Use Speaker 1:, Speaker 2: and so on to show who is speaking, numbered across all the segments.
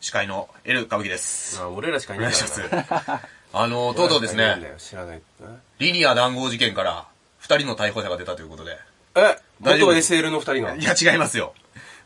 Speaker 1: 司会の L 歌舞伎です。
Speaker 2: あ俺らしかい
Speaker 1: お願
Speaker 2: ない
Speaker 1: い
Speaker 2: か
Speaker 1: し
Speaker 2: ら
Speaker 1: ま
Speaker 2: な
Speaker 1: す。あの、とうとうです
Speaker 2: 俺らしかいないんだ
Speaker 1: ね、
Speaker 2: よ知らないとな
Speaker 1: リニア談合事件から2人の逮捕者が出たということで。
Speaker 2: え
Speaker 1: 大丈夫
Speaker 2: 元 SL の二人が
Speaker 1: いや、違いますよ。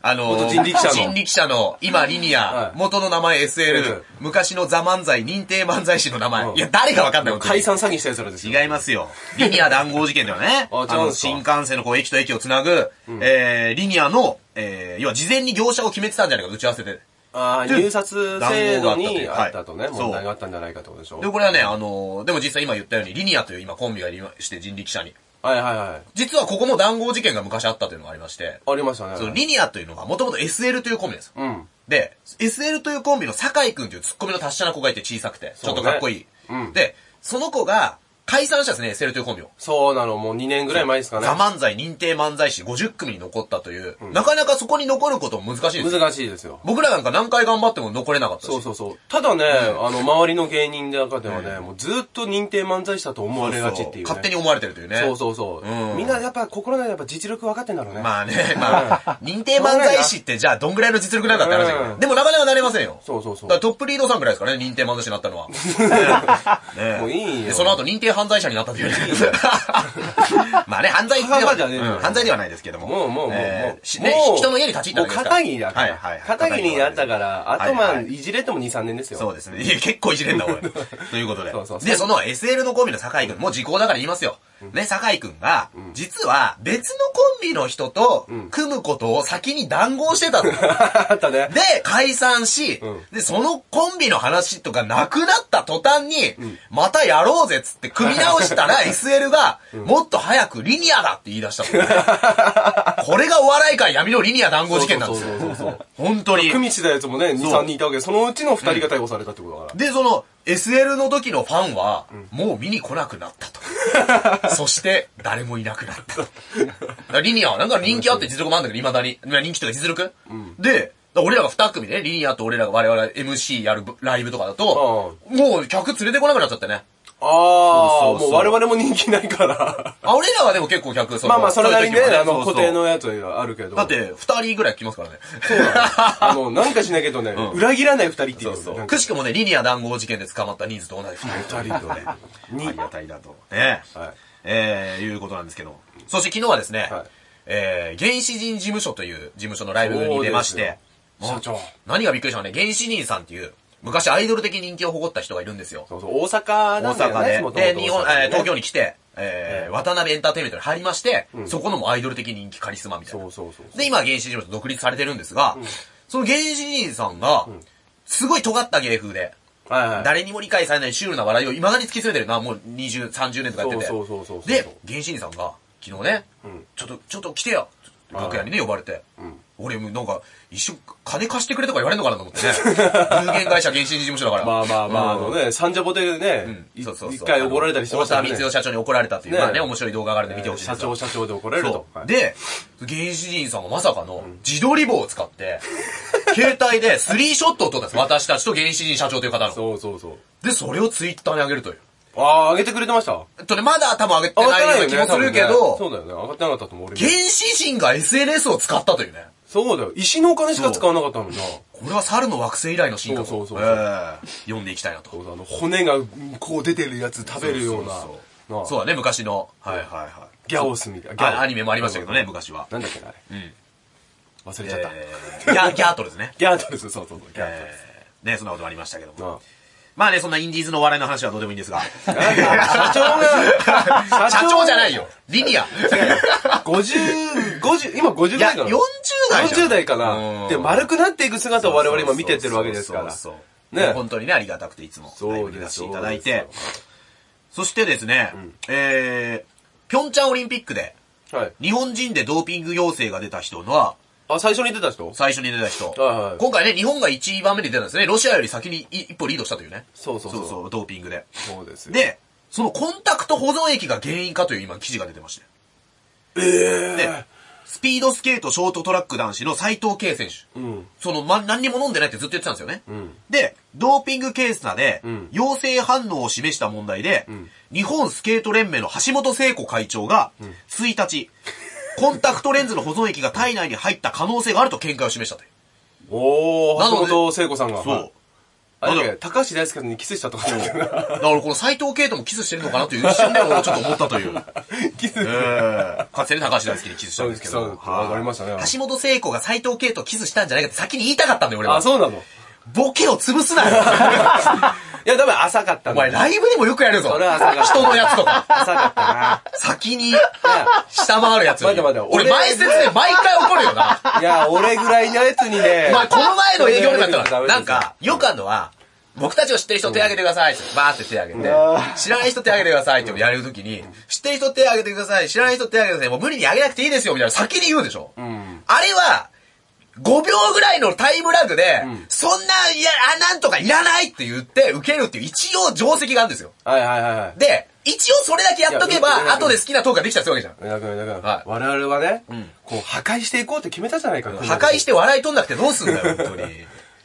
Speaker 1: あの、
Speaker 2: 元人力車の
Speaker 1: 人力車の今リニア
Speaker 2: は、い
Speaker 1: 元の名前
Speaker 2: うん
Speaker 1: SL、昔のザ漫才、認定漫才師の名
Speaker 2: う
Speaker 1: 前。
Speaker 2: ん
Speaker 1: いや、誰がわかんない本当に
Speaker 2: 解散詐欺した奴らですよ、
Speaker 1: 違いますよ。リニア談合事件ではね
Speaker 2: あ違うん
Speaker 1: あ
Speaker 2: ですか
Speaker 1: の、新幹線のこう、駅と駅をつなぐ、えー、リニアの、えー、要は事前に業者を決めてたんじゃないか、打ち合わせで。
Speaker 2: ああ入札制度にあったとね
Speaker 1: はい
Speaker 2: 問題があったんじゃないかってことでしょ
Speaker 1: で、これはね、あのーでも実際今言ったように、リニアという今コンビがいまして、人力車に。
Speaker 2: はいはいはい
Speaker 1: 実はここも談合事件が昔あったというのがありまして、
Speaker 2: ありましたね
Speaker 1: そのリニアというのがもともと SL というコンビです。
Speaker 2: うん
Speaker 1: で、SL というコンビの酒井くんというツッコミの達者な子がいて小さくて、ちょっとかっこいい。
Speaker 2: そうねうん
Speaker 1: で、その子が解散したんですね、SL というコンビを。
Speaker 2: そうなのもう2年ぐらい前ですかね
Speaker 1: ザ漫才認定漫才師50組に残ったという、なかなかそこに残ることも難しいですよ。
Speaker 2: 難しいですよ
Speaker 1: 僕らなんか何回頑張っても残れなかったし。
Speaker 2: そうそうそう。ただね、あの、周りの芸人の中ではね、もうずっと認定漫才師だと思われがちっていうね。
Speaker 1: 勝手に思われてるというね。
Speaker 2: そうそうそう。
Speaker 1: うん
Speaker 2: みんなやっぱ心の中でやっぱ実力分かってんだろうね。
Speaker 1: まあね、まあ、認定漫才師ってじゃあどんぐらいの実力なんだって話だけど
Speaker 2: う
Speaker 1: ね。
Speaker 2: ん
Speaker 1: でもなかなかなれませんよ。
Speaker 2: そうそうそう
Speaker 1: だからトップリードさんぐらいですからね、認定漫才師になったの は。ねえ
Speaker 2: もういいよ
Speaker 1: でその後認定犯罪者になったというね。 まあね、犯罪で
Speaker 2: 犯
Speaker 1: は
Speaker 2: 罪じゃねえよ
Speaker 1: うん犯罪ではないですけども。
Speaker 2: もうもうもう、もう
Speaker 1: えーし
Speaker 2: もう
Speaker 1: ね、人の家に立ち入
Speaker 2: も
Speaker 1: っ
Speaker 2: う
Speaker 1: たわけです
Speaker 2: 片桐だか
Speaker 1: はい
Speaker 2: ら。
Speaker 1: はいはい。
Speaker 2: 片桐になったから、あとま
Speaker 1: はい
Speaker 2: あ、
Speaker 1: はい
Speaker 2: いじれても2、3年ですよ。
Speaker 1: そうですね。いや、結構いじれんだ、 おい。ということで。
Speaker 2: そうそうそう
Speaker 1: で、その SL のコンビの酒井くん、もう時効だから言いますよ。ね、酒井くんが、実は別のコンビの人と組むことを先に談合して たの。
Speaker 2: あったね。
Speaker 1: で、解散し、
Speaker 2: ん
Speaker 1: で、そのコンビの話とかなくなった途端に、またやろうぜっつって組み直したら SL が、もっと早くリニアだって言い出したのね、これがお笑い界闇のリニア談合事件なんですよ
Speaker 2: そうそうそうそう。
Speaker 1: 本当に。
Speaker 2: 組みしてたやつもね、2、
Speaker 1: そう
Speaker 2: 3人いたわけで、そのうちの2人が逮捕されたってことだから。
Speaker 1: で、その、SL の時のファンは、もう見に来なくな ったと。そして、誰もいなくなったと。だからリニアは、なんか人気あって実力もあるんだけど、未だに。人気というか実力、で、だから俺らが2組でね、リニアと俺らが我々 MC やるライブとかだと、もう客連れてこなくなっちゃってね。
Speaker 2: ああ、
Speaker 1: そうそうそ
Speaker 2: も
Speaker 1: う
Speaker 2: う我々も人気ないから。
Speaker 1: あ、俺らはでも結構客、その
Speaker 2: まあまあ、それなりにね、
Speaker 1: そういう
Speaker 2: あ
Speaker 1: 時はそ
Speaker 2: の、
Speaker 1: うそう
Speaker 2: 固定のやつはあるけど。
Speaker 1: だって、2人ぐらい来ますからね。
Speaker 2: あの、なんかしなきゃとね、裏切らない二人っていう。
Speaker 1: そう
Speaker 2: な
Speaker 1: そ
Speaker 2: ん
Speaker 1: う。
Speaker 2: か
Speaker 1: くしくもね、リニア談合事件で捕まった人数と同じ2人。
Speaker 2: 二人とね。に
Speaker 1: ありがたいだと。ねえ。
Speaker 2: はい
Speaker 1: えー、いうことなんですけど。そして昨日はですね、
Speaker 2: はい
Speaker 1: えー、原始人事務所という事務所のライブに出まして、
Speaker 2: そうですよ社長
Speaker 1: 何がびっくりしたのね、原始人さんっていう、昔アイドル的人気を誇った人がいるんですよ。
Speaker 2: そうそう、大阪な
Speaker 1: 大
Speaker 2: んだよね。
Speaker 1: 阪で。で、日本、えー東京
Speaker 2: に。
Speaker 1: に来て、えー、渡辺エンターテイメントに入りまして、そこのもアイドル的人気カリスマみたいな。
Speaker 2: そうそうそう。
Speaker 1: で、今、原始事務所独立されてるんですが、その原始人さんが、すごい尖った芸風で、
Speaker 2: はいはい。
Speaker 1: 誰にも理解されないシュールな笑いを未だに突き詰めてるな、もう20、30年とかやってて。
Speaker 2: そうそうそうそうそう
Speaker 1: で、原始人さんが、昨日ね、ちょっと、ちょっと来てよって楽屋にね、呼ばれて。俺もなんか、一緒、金貸してくれとか言われるのかなと思ってね。 有限会社原始人事務所だから。
Speaker 2: まあまあまあ、あ
Speaker 1: うん
Speaker 2: のね、サンジャポでね、い
Speaker 1: そうそうそう
Speaker 2: 一回怒られたりしてましたね
Speaker 1: 大。沢光代社長に怒られたという、
Speaker 2: ね
Speaker 1: まあね、面白い動画があるんで見てほしいです
Speaker 2: 社長社長で怒られる
Speaker 1: そ
Speaker 2: と。
Speaker 1: う。
Speaker 2: はい
Speaker 1: で、原始人さんがまさかの自撮り棒を使 って、携帯でスリーショットを撮ったんです。私たちと原始人社長という方の。
Speaker 2: そうそうそう。
Speaker 1: で、それをツイッターに上げるという。
Speaker 2: ああ、上げてくれてました
Speaker 1: えっとね、まだ多分上げて
Speaker 2: 上がっ
Speaker 1: ない
Speaker 2: て
Speaker 1: よな
Speaker 2: ないうよね。
Speaker 1: 気もするけ
Speaker 2: 多
Speaker 1: ど、
Speaker 2: 分ねそうだよね。上がってなかったと思う。俺
Speaker 1: 原
Speaker 2: も
Speaker 1: 始人が SNS を使ったというね。
Speaker 2: そうだよ。石のお金しか使わなかったのにな。
Speaker 1: これは猿の惑星以来の進化と
Speaker 2: そうそう
Speaker 1: え
Speaker 2: そうそう
Speaker 1: え読んでいきたいなと。
Speaker 2: そうだあの骨がこう出てるやつ食べるような。
Speaker 1: そう
Speaker 2: なあ
Speaker 1: そうだね、昔の。はいはいは
Speaker 2: ギャオスみたい
Speaker 1: い。
Speaker 2: な。ギャオ
Speaker 1: あアニメもありましたけどね、昔は。
Speaker 2: なんだっけなあれ。
Speaker 1: うん。
Speaker 2: 忘れちゃった。
Speaker 1: えーギャ、ギャートル ですね。
Speaker 2: ギャートルズ、そうそうそう、ギャートル
Speaker 1: えーね、そんなこともありましたけども。
Speaker 2: ズ。
Speaker 1: まあね、そんなインディーズの笑いの話はどうでもいいんです が。
Speaker 2: 社長 が、
Speaker 1: 社長じゃない
Speaker 2: よ。
Speaker 1: よ。リニア。
Speaker 2: 50、50、今50
Speaker 1: いや、
Speaker 2: 代かな
Speaker 1: 40代じゃん。
Speaker 2: 40代かな。で、丸くなっていく姿を我々今見てってるわけですから。
Speaker 1: そうそうそう
Speaker 2: ね
Speaker 1: もう本当にね、ありがたくていつもライブに出していただいて。そしてですね、えー、ピョンチャンオリンピックで、
Speaker 2: はい。
Speaker 1: 日本人でドーピング要請が出た人のは、
Speaker 2: あ、最初に出た人
Speaker 1: 最初に出た人。
Speaker 2: はいはい
Speaker 1: 今回ね、日本が1番目に出たんですね。ロシアより先にい一歩リードしたというね。
Speaker 2: そうそうそう
Speaker 1: そうドーピングで。
Speaker 2: そうですよ。
Speaker 1: で、そのコンタクト保存液が原因かという今記事が出てまして。で、スピードスケートショートトラック男子の斉藤圭選手。
Speaker 2: うん。
Speaker 1: その、ま、何にも飲んでないってずっと言ってたんですよね。
Speaker 2: ん
Speaker 1: で、ドーピングケースなで、
Speaker 2: ん
Speaker 1: 陽性反応を示した問題で、日本スケート連盟の橋本聖子会長が、1日、コンタクトレンズの保存液が体内に入った可能性があると見解を示したという。
Speaker 2: おー、
Speaker 1: なの
Speaker 2: 橋
Speaker 1: で
Speaker 2: 本聖子さんが。
Speaker 1: そう。
Speaker 2: あれだ
Speaker 1: な
Speaker 2: っ
Speaker 1: の
Speaker 2: け高橋大輔にキスしたとかだっけ
Speaker 1: だ
Speaker 2: な。
Speaker 1: からこの斎藤圭ともキスしてるのかなという一瞬で俺はちょっと思ったと いう。
Speaker 2: キス。
Speaker 1: えー、かつてね、高橋大輔にキスしたんですけ
Speaker 2: そう
Speaker 1: ど
Speaker 2: で。すわかりましたね
Speaker 1: はい橋本聖子が斎藤圭とキスしたんじゃないかって先に言いたかったんだよ、俺は。
Speaker 2: あ、そうなの
Speaker 1: ボケを潰すなよ
Speaker 2: いや、多分浅かった
Speaker 1: お
Speaker 2: んだ
Speaker 1: 前、ライブでもよくやるぞ
Speaker 2: それは朝が
Speaker 1: 人のやつとか。
Speaker 2: 浅かったな。
Speaker 1: 先に、下回るやつに。
Speaker 2: 待て待て
Speaker 1: 俺、
Speaker 2: 俺
Speaker 1: 前説で毎回怒るよ な。
Speaker 2: いや、俺ぐらいのやつに ね。
Speaker 1: まあ、この前の営業でだった
Speaker 2: ダメ
Speaker 1: ら、
Speaker 2: です
Speaker 1: なんか、よくあるのは、僕たちを知ってる人手挙げてくださいって、バーって手挙げて、知らない人手挙げてくださいってやるときに、知ってる人手挙げてください、知らない人手挙げてください、もう無理に挙げなくていいですよ、みたいな先に言うでしょ。
Speaker 2: ん
Speaker 1: あれは、5秒ぐらいのタイムラグで、そんな、いや、あ、なんとかいらないって言って、受けるっていう一応定石があるんですよ。
Speaker 2: はいはいはいはい。
Speaker 1: で、一応それだけやっとけば
Speaker 2: いやいやい、や
Speaker 1: 後で好きなトークができたりするわけじゃん。
Speaker 2: 上田君、上田君。
Speaker 1: はい
Speaker 2: 我々はね、こう、破壊していこうって決めたじゃないか。
Speaker 1: 破壊して笑い取んなくてどうすんだ よ、本当に。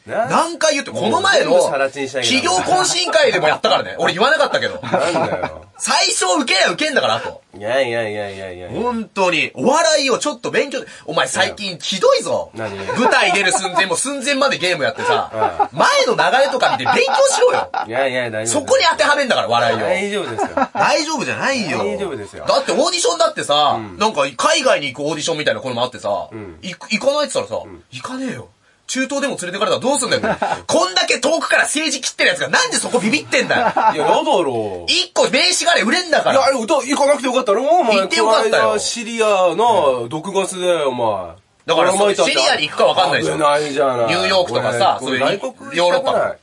Speaker 2: な
Speaker 1: 何回言って、この前
Speaker 2: も
Speaker 1: の
Speaker 2: う全部さら地にしなきゃ
Speaker 1: 企業懇親会でもやったからね。俺言わなかったけど。
Speaker 2: なんだよ。
Speaker 1: 最初受けりゃ受けんだから、あと。
Speaker 2: いやいやいやいやいやいや。
Speaker 1: 本当に。お笑いをちょっと勉強で、お前最近ひどいぞ。
Speaker 2: 何
Speaker 1: 舞台出る寸前も寸前までゲームやってさ、前の流れとか見て勉強しろよ。
Speaker 2: いやいや、大丈夫。
Speaker 1: そこに当てはめんだから、笑いを。
Speaker 2: 大丈夫ですよ。
Speaker 1: 大丈夫じゃないよ。
Speaker 2: 大丈夫ですよ
Speaker 1: だってオーディションだってさ、なんか海外に行くオーディションみたいなこれもあってさ、行く行かないって言ったらさ、行かねえよ。中東でも連れてかれたらどうすんだよ。こんだけ遠くから政治切ってるやつがなんでそこビビってんだよ。
Speaker 2: いや、やだろ う。い
Speaker 1: 一個名刺がね売れんだか
Speaker 2: や、あ
Speaker 1: ら。
Speaker 2: れ歌行かなくてよかったろお前。
Speaker 1: 行ってよかったよ
Speaker 2: この間シリアの毒ガスだよ、お前。
Speaker 1: だから
Speaker 2: ドラマ行ったって
Speaker 1: シリアに行くかわかんないじゃん
Speaker 2: 危ないじゃない。
Speaker 1: ニューヨークとかさ
Speaker 2: 俺
Speaker 1: そういう
Speaker 2: 外国
Speaker 1: ヨーロッパ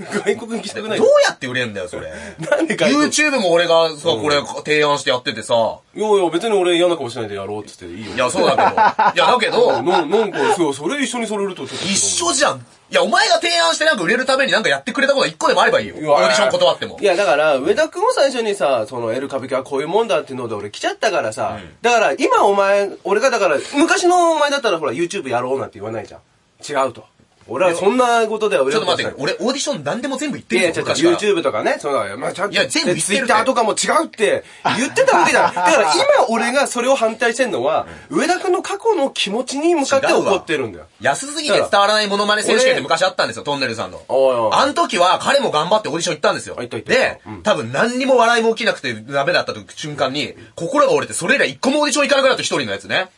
Speaker 2: 行きたくない外国行きたく
Speaker 1: ど
Speaker 2: な
Speaker 1: う
Speaker 2: い。
Speaker 1: やって売れんだよ、それ。
Speaker 2: なんで外国
Speaker 1: YouTube も俺がさ、これ提案してやっててさ、
Speaker 2: いやいや、別に俺嫌な顔しないでやろうって言っていいよ。
Speaker 1: いや、そうだけど。い や、だけど、
Speaker 2: ななんか、そう、それ一緒にされるとちょっと。
Speaker 1: 一緒じゃん。いや、お前が提案してなんか売れるためになんかやってくれたことは一個でもあればいいよ。オー
Speaker 2: い
Speaker 1: デ
Speaker 2: や
Speaker 1: ィション断っても
Speaker 2: い。や、だから、上田くんも最初にさ、その、エル歌舞伎はこういうもんだっていうので俺来ちゃったからさ、だから、今お前、俺がだから、昔のお前だったらほら、YouTube やろうなんて言わないじゃん。違うと。俺はそんなことでは
Speaker 1: ちょっと待って、
Speaker 2: て。
Speaker 1: 俺オーディション何でも全部言っ
Speaker 2: い
Speaker 1: て
Speaker 2: やい
Speaker 1: る
Speaker 2: や、ち
Speaker 1: ぞ、
Speaker 2: ょっ
Speaker 1: 昔か
Speaker 2: と
Speaker 1: ら。
Speaker 2: YouTube とかね、その、まあちゃんと。
Speaker 1: いや全部言ってるって
Speaker 2: Twitter とかも違うって言ってたわけ じゃん。だから今俺がそれを反対してんのは、上田くんの過去の気持ちに向かって怒ってるんだよ。
Speaker 1: 安すぎて伝わらないモノマネ選手権って昔あったんですよ、トンネルさんの。
Speaker 2: おいおい
Speaker 1: あの時は彼も頑張ってオーディション行ったんですよ
Speaker 2: あ行った行。った
Speaker 1: で
Speaker 2: う、
Speaker 1: 多分何にも笑いも起きなくてダメだった瞬間に、心が折れてそれ以来一個もオーディション行かなくなった一人のやつね。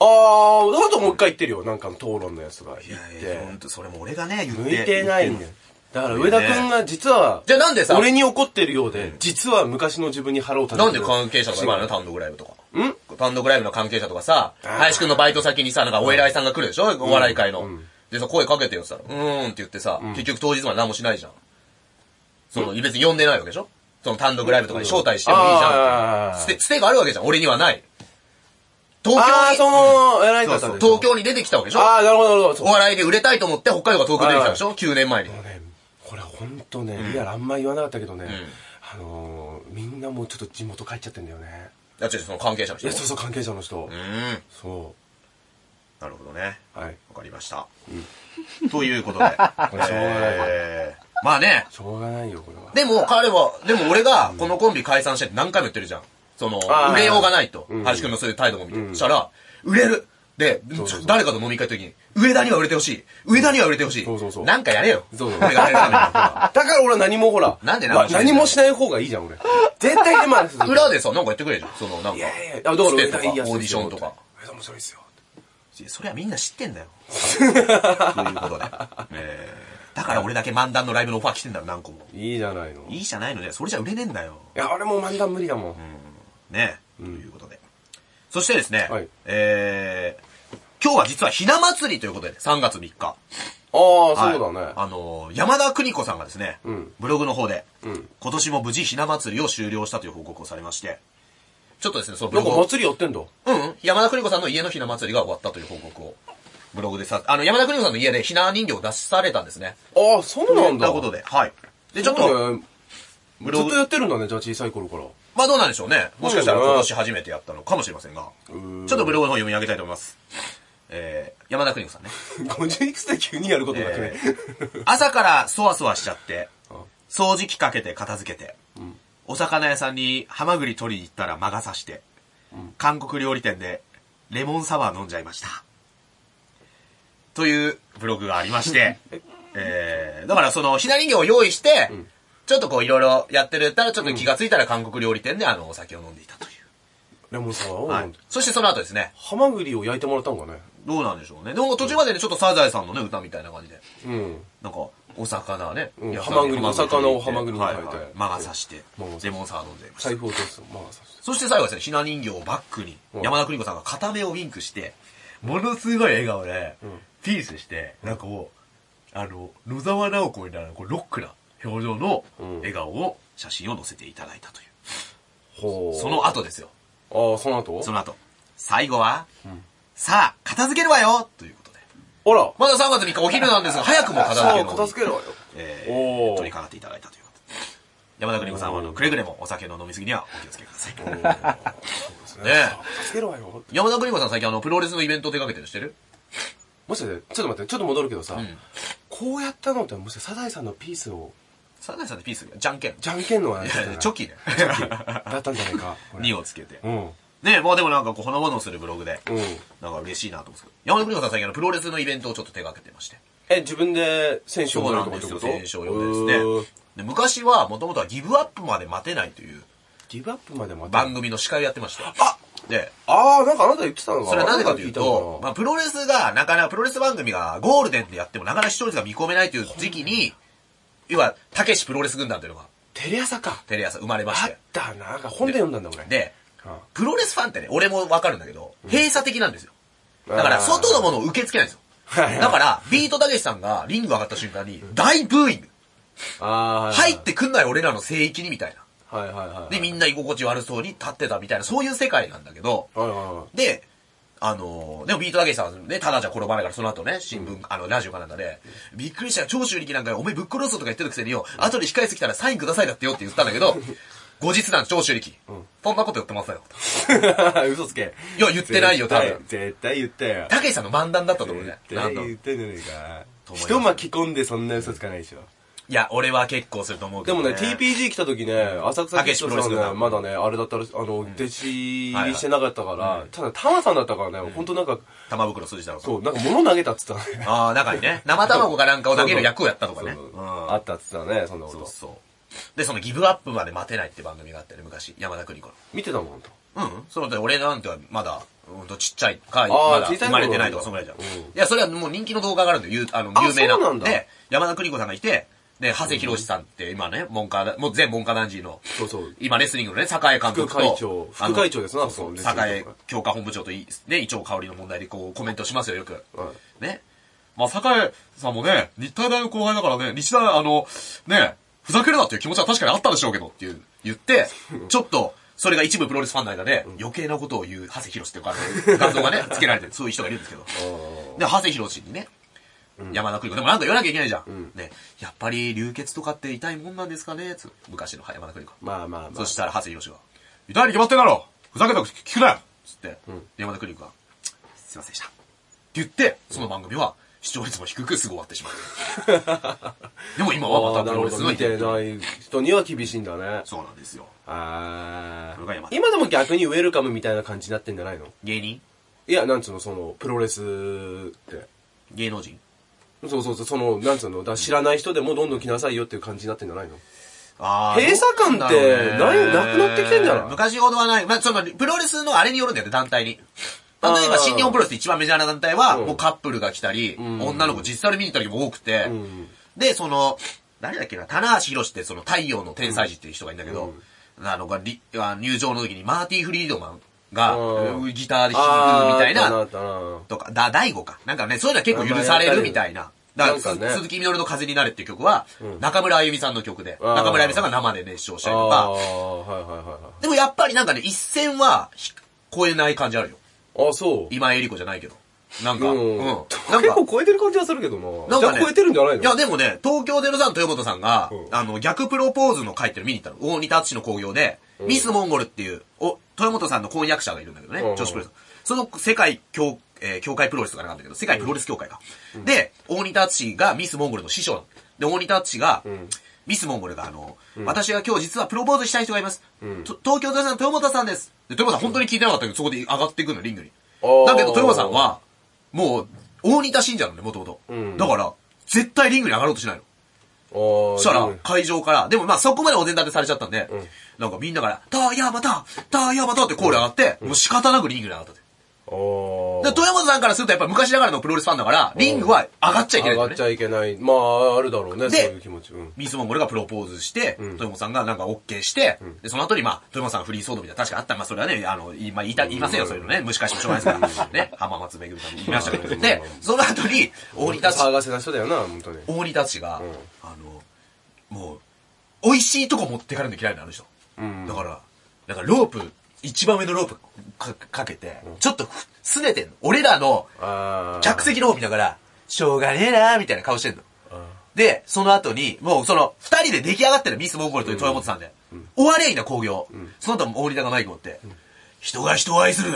Speaker 2: あー、だともう一回言ってるよ。なんかの討論のやつとか言って。
Speaker 1: んとそれも俺がね、言っ
Speaker 2: 向いてないんだよ。だから上田くんが実は、
Speaker 1: じゃあなんでさ
Speaker 2: 俺に怒ってるようで、実は昔の自分に腹を立てて
Speaker 1: なん
Speaker 2: る
Speaker 1: で関係者とか今の
Speaker 2: 違う
Speaker 1: 単独ライブとか。単独ライブの関係者とかさ、林くんのバイト先にさ、なんかお偉いさんが来るでしょお笑い会の。でさ、声かけてよって言ったら、うーんって言ってさ、結局当日まで何もしないじゃん。その、別に呼んでないわけでしょその単独ライブとかに招待してもいいじゃ
Speaker 2: あ
Speaker 1: ん
Speaker 2: ー
Speaker 1: って。つて、つてがあるわけじゃん。俺にはない。東
Speaker 2: あ
Speaker 1: 京
Speaker 2: ー、そ
Speaker 1: に、
Speaker 2: の、偉い方でしょ
Speaker 1: 東京に出てきたわけでしょ
Speaker 2: あー、なるほど、なるほど。
Speaker 1: お
Speaker 2: そう
Speaker 1: 笑いで売れたいと思って北海道が東京出てきたでしょ ?9 年前に。
Speaker 2: ねこれほんとね、リアルあんま言わなかったけどね、あのー、みんなもうちょっと地元帰っちゃってんだよね。
Speaker 1: あ、違う違う、その関係者の
Speaker 2: い
Speaker 1: 人。
Speaker 2: や、そうそう、関係者の人
Speaker 1: う。ーん。
Speaker 2: そ
Speaker 1: なるほどね。
Speaker 2: う。はい。
Speaker 1: わかりました。という ことで。
Speaker 2: れしょうがない
Speaker 1: えーまあね、
Speaker 2: しょうがないよ、これは。
Speaker 1: でも彼は、でも俺がこのコンビ解散してって何回も言ってるじゃん。その
Speaker 2: あ、ー
Speaker 1: 売れようがないと。
Speaker 2: ん
Speaker 1: 橋君のそういう態度も見て。したら、売れるで、誰かと飲み会の時に、上田には売れてほしい。上田には売れてほしい。
Speaker 2: そうそうそう
Speaker 1: なんかやれよ。
Speaker 2: そうそう
Speaker 1: 俺が売れるためにほら
Speaker 2: だから俺は何もほら、
Speaker 1: なんで何も
Speaker 2: まあ
Speaker 1: しない
Speaker 2: 何もしない方がいいじゃん、俺。 絶対今でする。
Speaker 1: 裏でさ、なんかやってくれるじゃん。その、なんか、
Speaker 2: いやいや、だから
Speaker 1: ス
Speaker 2: 俺
Speaker 1: テとか
Speaker 2: いいやつですよ
Speaker 1: オーディションとか。。
Speaker 2: 上田面白いですよ。
Speaker 1: そりゃみんな知って んだよ。ということで。えーだから俺だけ漫談のライブのオファー来てんだろ、何個も。
Speaker 2: いいじゃないの。
Speaker 1: いいじゃないのね。それじゃ売れねえんだよ。
Speaker 2: いや、俺も漫談無理だもん。
Speaker 1: ね、ということで。そしてですね、
Speaker 2: はい
Speaker 1: えー、今日は実はひな祭りということで、3月3日。
Speaker 2: ああ、
Speaker 1: はい
Speaker 2: そうだね。
Speaker 1: あのー山田邦子さんがですね、
Speaker 2: ん
Speaker 1: ブログの方で、
Speaker 2: ん
Speaker 1: 今年も無事ひな祭りを終了したという報告をされまして、ちょっとですね、そのブ
Speaker 2: な
Speaker 1: ロ
Speaker 2: ん
Speaker 1: グ
Speaker 2: か
Speaker 1: を
Speaker 2: 祭りやってんだ。
Speaker 1: うんうん、山田邦子さんの家のひな祭りが終わったという報告を、ブログでさ、あの、山田邦子さんの家でひな人形を出されたんですね。
Speaker 2: ああ、そうなんだ。
Speaker 1: ということで、はい。で、ち
Speaker 2: ち
Speaker 1: ょっと、ブ
Speaker 2: ず
Speaker 1: ロ
Speaker 2: っ
Speaker 1: グ
Speaker 2: と、やってるんだね、じゃあ小さい 頃から。
Speaker 1: まあどうなんでしょうね。もしかしたら
Speaker 2: うん
Speaker 1: 今年初めてやったのかもしれませんが。ちょ
Speaker 2: ん
Speaker 1: っとブログの方読み上げたいと思います。えー、山田邦子さんね。
Speaker 2: 50いくつで急にやることだけね
Speaker 1: え。ー朝からそわそわしちゃって、掃除機かけて片付けて、お魚屋さんにハマグリ取りに行ったら魔が差して、韓国料理店でレモンサワー飲んじゃいました。というブログがありまして、えー、だからその、ひな人形を用意して、ちょっとこういろいろやってるったら、ちょっと気がついたら韓国料理店であの、お酒を飲んでいたという。
Speaker 2: レモンさんは、
Speaker 1: はい。そしてその後ですね、
Speaker 2: ハマグリを焼いてもらったんかね。
Speaker 1: どうなんでしょうね。でも途中までね、ちょっとサザエさんのね、歌みたいな感じで。
Speaker 2: うん。
Speaker 1: なんか、お魚ね。
Speaker 2: うん
Speaker 1: 野菜
Speaker 2: ハマグリお魚をハマグリに
Speaker 1: は
Speaker 2: 変
Speaker 1: い
Speaker 2: えて
Speaker 1: はい。魔が差して
Speaker 2: 魔が差し、て
Speaker 1: レモンサワー飲んでました
Speaker 2: 財。布を落とす。まあ、さ
Speaker 1: そして最後はですね、ひな人形をバックに、
Speaker 2: うん
Speaker 1: 山田邦子さんが片目をウィンクして、ものすごい笑顔で、ピースして、なんかこう、あの、野沢直子みたいな、こうロックな表情の
Speaker 2: うん
Speaker 1: 笑顔を、写真を載せていただいたという。
Speaker 2: ほう。
Speaker 1: そ、の後ですよ。
Speaker 2: ああ、その後
Speaker 1: その後。最後は、さあ、片付けるわよということで。
Speaker 2: あら。
Speaker 1: まだ3月3日お昼なんですが、早くも片付け
Speaker 2: そ
Speaker 1: る
Speaker 2: う、片付けろよ。
Speaker 1: え
Speaker 2: お
Speaker 1: ー、
Speaker 2: ー
Speaker 1: 取り掛かっていただいたということで。山田邦子さんは、あの、くれぐれもお酒の飲みすぎにはお気をつけください。
Speaker 2: そう
Speaker 1: ねえ
Speaker 2: 片付けろよ。
Speaker 1: 山田邦子さん最近あの、プロレスのイベント手掛けてるのしてる
Speaker 2: もしかして、ちょっと待って、ちょっと戻るけどさ、
Speaker 1: ん
Speaker 2: こうやったのって、もしかしてサザエさんのピースを、
Speaker 1: サザエさんってピースじゃんけん。
Speaker 2: じゃんけんの話だった
Speaker 1: い
Speaker 2: ん
Speaker 1: や
Speaker 2: じ
Speaker 1: チ
Speaker 2: ゃ
Speaker 1: ョ
Speaker 2: ない
Speaker 1: キね。
Speaker 2: だったんじゃないか。これ
Speaker 1: 2をつけて。
Speaker 2: うん。うん。
Speaker 1: ねまあでもなんかこう、ほのぼのするブログで、なんか嬉しいなと思うんですけど。山田邦子さん最近あの、プロレスのイベントをちょっと手掛けてまして。
Speaker 2: え、自分で選手を
Speaker 1: そう
Speaker 2: 取る
Speaker 1: な
Speaker 2: と
Speaker 1: ん
Speaker 2: かっ
Speaker 1: で
Speaker 2: て
Speaker 1: す
Speaker 2: こ
Speaker 1: よ、
Speaker 2: と
Speaker 1: 選手を呼んで
Speaker 2: う
Speaker 1: で
Speaker 2: ー
Speaker 1: すね。で昔は、もともとはギブアップまで待てないという
Speaker 2: ギブアップまでまた。
Speaker 1: 番組の司会をやってまして。で、
Speaker 2: ああ、なんかあなた言ってたのか
Speaker 1: それはなぜかというと、ま
Speaker 2: あ、
Speaker 1: あ、プロレスが、なかなかプロレス番組がゴールデンでやってもなかなか視聴率が見込めないという時期に、要は、たけしプロレス軍団というのが、
Speaker 2: テレ朝か。
Speaker 1: テレ朝生まれまし
Speaker 2: あ
Speaker 1: て
Speaker 2: っ。たな。なんか本で読んだんだ、俺。
Speaker 1: で、
Speaker 2: あ
Speaker 1: プロレスファンってね、俺もわかるんだけど、閉鎖的なんですよ。だから、
Speaker 2: あー
Speaker 1: 外のものを受け付けないんですよ。
Speaker 2: はいはい
Speaker 1: だから、ビートたけしさんがリング上がった瞬間に、大ブーイング
Speaker 2: あー
Speaker 1: 入ってくんない俺らの聖域にみたいな。
Speaker 2: はいはいはい。
Speaker 1: で、みんな居心地悪そうに立ってたみたいな、そういう世界なんだけど、
Speaker 2: はいはいは
Speaker 1: で、あのーでもビートたけしさんはね、ただじゃ転ばないから、その後ね、新聞、あの、ラジオかなんかで、びっくりしたよ、長州力なんかよおめえぶっ殺すぞとか言ってるくせによ、後で控えてきたらサインくださいだってよって言ったんだけど、後日談、長州力。そんなこと言ってませんよ。
Speaker 2: い。嘘つけ。
Speaker 1: いや、言ってないよ、多分。
Speaker 2: 絶対言ったよ。
Speaker 1: たけしさんの漫談だったと思うね。なんだろう
Speaker 2: ったんじゃないか
Speaker 1: 思います
Speaker 2: 人巻き込んでそんな嘘つかないでしょ。
Speaker 1: いや、俺は結構すると思うけ
Speaker 2: で
Speaker 1: ど、
Speaker 2: もね、TPG 来た時ね、浅草キッド
Speaker 1: たけしプロレ
Speaker 2: さ
Speaker 1: ス
Speaker 2: ん
Speaker 1: 軍
Speaker 2: ね、
Speaker 1: 団
Speaker 2: まだね、あれだったらしい、あの、弟子入りしてなかったから、ただ、タマさんだったからね、ほんとなんか、
Speaker 1: 玉袋筋太郎さん。
Speaker 2: そう、なんか物投げたっつってたね。
Speaker 1: ああ、中に ね、生卵かなんかを投げる役をやったとかね。
Speaker 2: そうそう
Speaker 1: うん
Speaker 2: あったっつってたね、そんなこ
Speaker 1: そう
Speaker 2: と。
Speaker 1: そう。で、そのギブアップまで待てないって番組があったよね、昔。山田邦子の。
Speaker 2: 見てたもん、ほんと。
Speaker 1: うん。その時俺なんてはまだ、うんとちっちゃいか、
Speaker 2: あ
Speaker 1: ま
Speaker 2: あ
Speaker 1: だ
Speaker 2: 小
Speaker 1: 生
Speaker 2: さい頃
Speaker 1: まれてないとか、そんぐらいじゃん。
Speaker 2: うん
Speaker 1: いや、それはもう人気の動画があるんだよ、ゆうあの、
Speaker 2: あ
Speaker 1: 有名な。
Speaker 2: そうなんだ
Speaker 1: で、山田邦子さんがいて、で、長谷博士さんって今ね、文科だ、もう全文科男児の、
Speaker 2: そうそう
Speaker 1: 今レスリングのね、栄監督と。
Speaker 2: 副会長副会長ですな
Speaker 1: あのそう
Speaker 2: そ
Speaker 1: そう。
Speaker 2: のレスリン
Speaker 1: 栄
Speaker 2: グの
Speaker 1: 教科本部長とい、ね、伊調香織の問題でこう、コメントしますよ、よく。
Speaker 2: は
Speaker 1: ね。まあ、栄さんもね、日体大の後輩だからね、日大、あの、ね、ふざけるなっていう気持ちは確かにあったでしょうけどっていう、言って、 ちょっと、それが一部プロレスファンの間で、余計なことを言う、長谷博士っていう画像がね、つけられてる、そういう人がいるんですけ ど。で、長谷博士にね、山田邦子。でもなんか言わなきゃいけないじゃん。ね、やっぱり流血とかって痛いもんなんですかねつ昔の山田邦子。
Speaker 2: まあまあま
Speaker 1: そ
Speaker 2: あ。
Speaker 1: したら、長谷博が、痛いに決まってんだろふざけたこと聞くなよつって、山田邦子が、すいませんでした。って言って、その番組は、視聴率も低くすぐ終わって しまう。でも今はま
Speaker 2: あ
Speaker 1: た
Speaker 2: あ、
Speaker 1: プ
Speaker 2: なる
Speaker 1: ロレ
Speaker 2: ほ
Speaker 1: ス
Speaker 2: ど。
Speaker 1: の
Speaker 2: 見てない人には厳しいんだね。
Speaker 1: そうなんですよ。
Speaker 2: あ
Speaker 1: これが山
Speaker 2: あ
Speaker 1: 田
Speaker 2: 今でも逆にウェルカムみたいな感じになってんじゃないの
Speaker 1: 芸人
Speaker 2: いや、なんつうの、その、プロレスって。
Speaker 1: 芸能人
Speaker 2: そうそうそう、その、なんつうの、だから知らない人でもどんどん来なさいよっていう感じになってんじゃないの
Speaker 1: あ
Speaker 2: 閉鎖感ってないなくなってきてんじゃない
Speaker 1: 昔ほどはない。まあ、その、プロレスのあれによるんだよね、団体に。例
Speaker 2: あー
Speaker 1: えば、新日本プロレスって一番メジャーな団体は、
Speaker 2: ん
Speaker 1: もうカップルが来たり、女の子実際に見に行った時も多くて、
Speaker 2: ん
Speaker 1: で、その、誰だっけな、棚橋博士ってその太陽の天才児っていう人がいるんだけど、あの、がりあ入場の時にマーティー・フリードマンが、
Speaker 2: うん
Speaker 1: ギターで弾くみたい
Speaker 2: あーあ
Speaker 1: な
Speaker 2: っ、たなあっ
Speaker 1: とか、だ、第五か。なんかね、そういうのは結構許されるみたいな。だから、
Speaker 2: なんかね
Speaker 1: 鈴木みのるの風になれっていう曲は、中村あゆみさんの曲で、
Speaker 2: あー
Speaker 1: 中村あゆみさんが生で熱唱した
Speaker 2: た
Speaker 1: り
Speaker 2: な
Speaker 1: と
Speaker 2: あ
Speaker 1: か、
Speaker 2: ーはいはいはいは
Speaker 1: でもやっぱりなんかね、一線はひ超えない感じあるよ。
Speaker 2: い。あ、そう。
Speaker 1: 今江理子じゃないけど。なんか、
Speaker 2: う
Speaker 1: うんん。なん
Speaker 2: 結
Speaker 1: か、
Speaker 2: 構超えてる感じはするけど
Speaker 1: な
Speaker 2: な。
Speaker 1: んか
Speaker 2: じ
Speaker 1: ね、
Speaker 2: ゃあ超えてるんじゃないの
Speaker 1: いや、でもね、東京03豊本さんが、
Speaker 2: うん
Speaker 1: あの、逆プロポーズの書いてる見に行ったの。大仁田敦の興行で、ミス・モンゴルっていう、お、豊本さんの婚約者がいるんだけどね、
Speaker 2: うん
Speaker 1: 女子プロレス。その世界協、えー協会プロレスとかなんだけど、世界プロレス協会が。で、大仁田敦がミス・モンゴルの師匠なので、大仁田敦が、ミス・モンゴルがあの、私が今日実はプロポーズしたい人がいます。と東京03の豊本さんです。で、豊本さん本当に聞いてなかったけど、そこで上がっていくの、リングに
Speaker 2: あー。
Speaker 1: だけど豊本さんは、もう、大仁田信者なのね、もともと。だから、絶対リングに上がろうとしないの。
Speaker 2: おー
Speaker 1: そした
Speaker 2: う
Speaker 1: ら
Speaker 2: ん、
Speaker 1: 会場から、でもまあそこまでお膳立てされちゃったんで、なんかみんなから、たーやまた、たーやまたってコール上がって、もう仕方なくリングに上がったって。
Speaker 2: おー
Speaker 1: で、富山さんからするとやっぱり昔ながらのプロレスファンだから、リングは上がっちゃいけない
Speaker 2: 上
Speaker 1: ん
Speaker 2: が
Speaker 1: だ
Speaker 2: っ
Speaker 1: よ
Speaker 2: ち
Speaker 1: ね。
Speaker 2: ゃいけない。まあ、あるだろうね、そう
Speaker 1: で
Speaker 2: いう気持ち。うん。
Speaker 1: ミスモンゴルがプロポーズして、富山さんがなんか OK して、で、その後にまあ、富山さんフリーソードみたいな確かあった。まあそれはね、あの、いまあ言いた、言いませんよ、そういうのね。蒸し返してもしょうがないですから。ね、浜松めぐみさんも言いましたけど。で、その後に、大仁田
Speaker 2: 騒がせな人だよな、本当に。
Speaker 1: 大仁田ちが、あの、もう、美味しいとこ持ってかれるの嫌いなのあの人。だから、だからロープ、一番上のロープかかけて、ちょっとふ拗ねてんの。俺らの
Speaker 2: あー
Speaker 1: 客席の方見ながら、しょうがねえなーみたいな顔してんの。で、その後に、もうその、二人で出来上がってるミス・モンゴルという豊本さんで、終わりゃいいな、興行。その後も大仁田がマイク持って、人が人を愛する、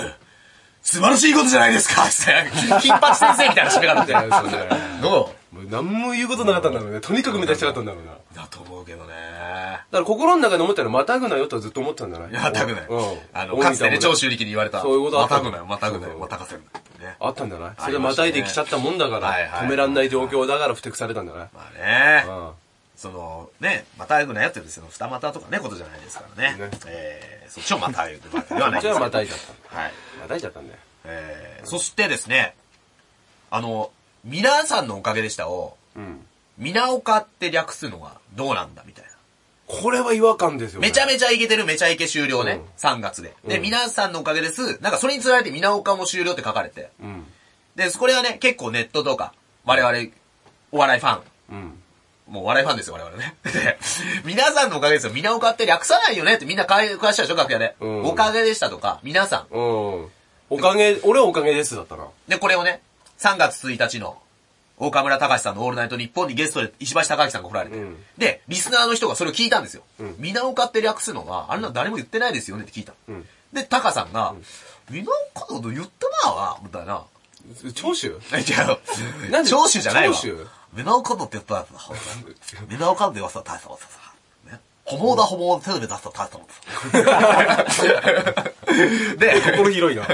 Speaker 1: 素晴らしいことじゃないですかって、金八先生みたいな締め方で。
Speaker 2: いや そうだよ
Speaker 1: の
Speaker 2: もう何も言うことなかったんだろうね。とにかく目立ちたかったんだろうな。だか
Speaker 1: だと思うけどね。
Speaker 2: ら心の中で思ったのまたぐなよとはずっと思ってたんじゃない
Speaker 1: いや、またぐない。
Speaker 2: うん。
Speaker 1: あの、かつてね、長州力に言われた。
Speaker 2: そういうことあ
Speaker 1: ま
Speaker 2: った
Speaker 1: た
Speaker 2: の
Speaker 1: ぐない、またぐな
Speaker 2: そ
Speaker 1: い、
Speaker 2: う
Speaker 1: またかせるな。ね。
Speaker 2: あったんじゃないそれ
Speaker 1: あり
Speaker 2: ま
Speaker 1: ました
Speaker 2: た
Speaker 1: ね
Speaker 2: いできちゃったもんだから、
Speaker 1: はいはい
Speaker 2: 止めらんない状況だからふてくされたんじゃない、
Speaker 1: まあね、
Speaker 2: うん
Speaker 1: その、ね、またぐないやつですよ。二股とかね、ことじゃないですからね。
Speaker 2: ね
Speaker 1: えー、そっちをまたぐとかではない
Speaker 2: じ
Speaker 1: です
Speaker 2: ゃ
Speaker 1: けど
Speaker 2: あまたいちゃった。
Speaker 1: はい。
Speaker 2: またいちゃったんだよ。
Speaker 1: えー、そしてですね、あの、皆さんのおかげでしたを、
Speaker 2: うん。
Speaker 1: 皆岡って略すのはどうなんだみたいな。
Speaker 2: これは違和感ですよ、ね。
Speaker 1: めちゃ
Speaker 2: め
Speaker 1: めちゃイケてるめちゃイケ終了ね。3月で。で、皆さんのおかげです。なんかそれにつられて皆岡も終了って書かれて。
Speaker 2: うん。
Speaker 1: で、これはね、結構ネットとか、我々、お笑いファン、
Speaker 2: うん。
Speaker 1: もうお笑いファンですよ、我々ね。 で皆さんのおかげですよ、皆岡って略さないよねってみんな会話したでしょ、楽屋で。
Speaker 2: うん
Speaker 1: おかげでしたとか、皆さん。
Speaker 2: うん。おかげ、俺はおかげですだったな。
Speaker 1: で、これをね、3月1日の、岡村隆史さんのオールナイト日本にゲストで石橋貴明さんが来られて、
Speaker 2: うん
Speaker 1: で、リスナーの人がそれを聞いたんですよ。皆岡って略すのは、あれなの誰も言ってないですよねって聞いた。
Speaker 2: ん
Speaker 1: で、タカさんが、皆岡のこと言ったなぁ、みたいな。
Speaker 2: 長州
Speaker 1: え 違う。
Speaker 2: なんで
Speaker 1: 長州じゃないわ
Speaker 2: 長州。
Speaker 1: メナオカンドって言ったやつだ。メナオカンド言わせたら大したもんさ。ね。ほぼだほぼテレビ出したら大したもん さ。で、
Speaker 2: 心広いな。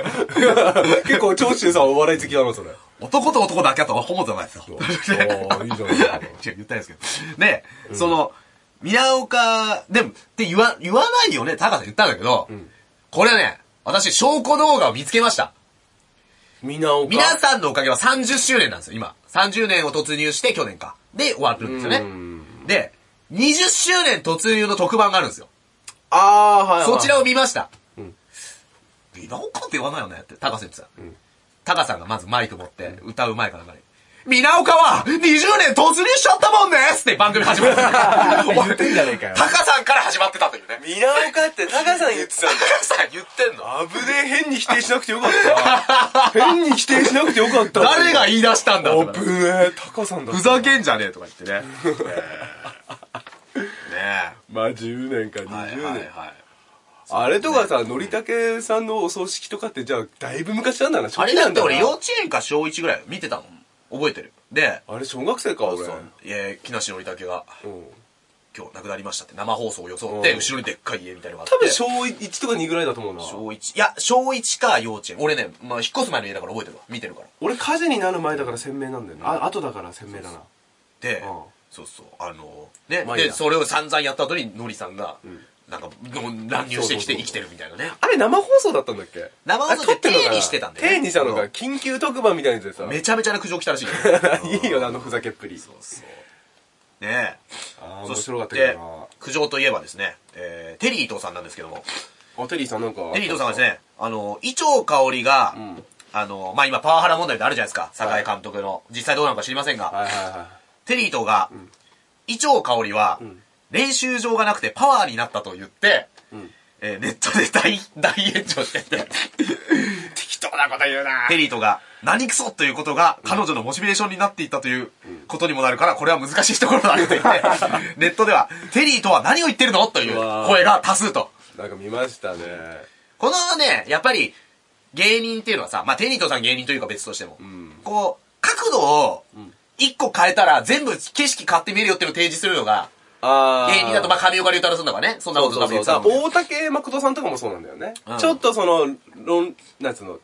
Speaker 2: 結構長州さんお笑い好きだな、それ。
Speaker 1: 男と男だけだとホモじゃないですよ。
Speaker 2: おーいいじゃないですか
Speaker 1: 違う、言ったんですけど。で、その、宮岡、でも、って言わ、言わないよね、高さん言ったんだけど、これね、私、証拠動画を見つけました。
Speaker 2: 皆岡。
Speaker 1: 皆さんのおかげは30周年なんですよ、今。30年を突入して去年か。で、終わるんですよね
Speaker 2: うん。
Speaker 1: で、20周年突入の特番があるんですよ。
Speaker 2: あー、はい、はい。
Speaker 1: そちらを見ました。
Speaker 2: ん
Speaker 1: 美濃岡って言わないよねって、高瀬言ってた。高さんがまずマイク持って、歌う前からかに。皆岡は20年突入しちゃったもんねって番組始まった。
Speaker 2: 言ってんじゃねえかよ
Speaker 1: 高さんから始まってたというね。
Speaker 2: 皆岡ってタカさん言ってた
Speaker 1: 高さん言ってんの
Speaker 2: 危ねえ、変に否定しなくてよかった。変に否定しなくてよかった。
Speaker 1: 誰が言い出したんだって
Speaker 2: 危ねえ、タカさんだった
Speaker 1: ふざけんじゃねえとか言ってね。ねえ。
Speaker 2: まあ10年か20年。
Speaker 1: はい。
Speaker 2: あれとかさ、のりたけさんのお葬式とかってじゃあ、だいぶ昔なんだな、初
Speaker 1: あれ
Speaker 2: 期
Speaker 1: だ
Speaker 2: な
Speaker 1: っ
Speaker 2: ん
Speaker 1: て
Speaker 2: だな
Speaker 1: 俺幼稚園か小1ぐらい見てたの。覚えてる。で、
Speaker 2: あれ小学生か、俺。
Speaker 1: そうえー、木梨憲武が
Speaker 2: うん
Speaker 1: 今日亡くなりましたって生放送を装って、
Speaker 2: うん
Speaker 1: 後ろにでっかい家みたいなのがあって。
Speaker 2: 多分小1とか2ぐらいだと思うな。
Speaker 1: 小1。いや、小1か幼稚園。俺ね、まあ、引っ越す前の家だから覚えてるわ。見てるから。
Speaker 2: 俺火事になる前だから鮮明なんだよな。あ、後だから鮮明だな。
Speaker 1: で
Speaker 2: うん、
Speaker 1: そうそう、あの、ね
Speaker 2: まあ、いいや
Speaker 1: で、それを散々やった後に、のりさんが、なんか、の乱入してきて生きてるみたいなね。
Speaker 2: あれ生放送だったんだっけ
Speaker 1: 生放送で
Speaker 2: あれ撮っのかな
Speaker 1: 手にしてたんだよね
Speaker 2: 手にしたのか、緊急特番みたいなやつでさ。
Speaker 1: めちゃめちゃな苦情来たらしい よ
Speaker 2: いいよな、あのふざけっぷり。
Speaker 1: そうそう。ねえ。
Speaker 2: あー
Speaker 1: そ
Speaker 2: 面
Speaker 1: し
Speaker 2: 白かった
Speaker 1: て
Speaker 2: けど、
Speaker 1: 苦情といえばですね、えー、テリー伊藤さんなんですけども、
Speaker 2: な。あ、テリーさんなんか。
Speaker 1: テリー伊藤さんはですね、あの、伊調香織が、
Speaker 2: ん
Speaker 1: あの、まあ、今パワハラ問題ってあるじゃないですか、酒井監督の。実際どうなのか知りませんが、
Speaker 2: はいはいはい。
Speaker 1: テリー伊藤が、伊調香織は、練習場がなくてパワーになったと言って、えーネットで大、 大炎上してて、
Speaker 2: 適当なこと言う な
Speaker 1: テリーとが、何クソということが彼女のモチベーションになっていったということにもなるから、これは難しいところだと 言って、ネットでは、テリーとは何を言ってるのという声が多数と。
Speaker 2: なんか見ましたね。
Speaker 1: このね、やっぱり、芸人っていうのはさ、まあ、テリーとさん芸人というか別としても、こう、角度を、一個変えたら全部景色変わって見えるよっていうのを提示するのが、
Speaker 2: あ
Speaker 1: 芸人だと、まあ、上岡龍太郎さんとかね、そんな
Speaker 2: そ
Speaker 1: こと
Speaker 2: う
Speaker 1: 多
Speaker 2: そう
Speaker 1: 分言
Speaker 2: そう。
Speaker 1: ってたも
Speaker 2: さ
Speaker 1: んね
Speaker 2: 大竹誠さんとかもそうなんだよね。
Speaker 1: うん
Speaker 2: ちょっとその、論、なんつうの、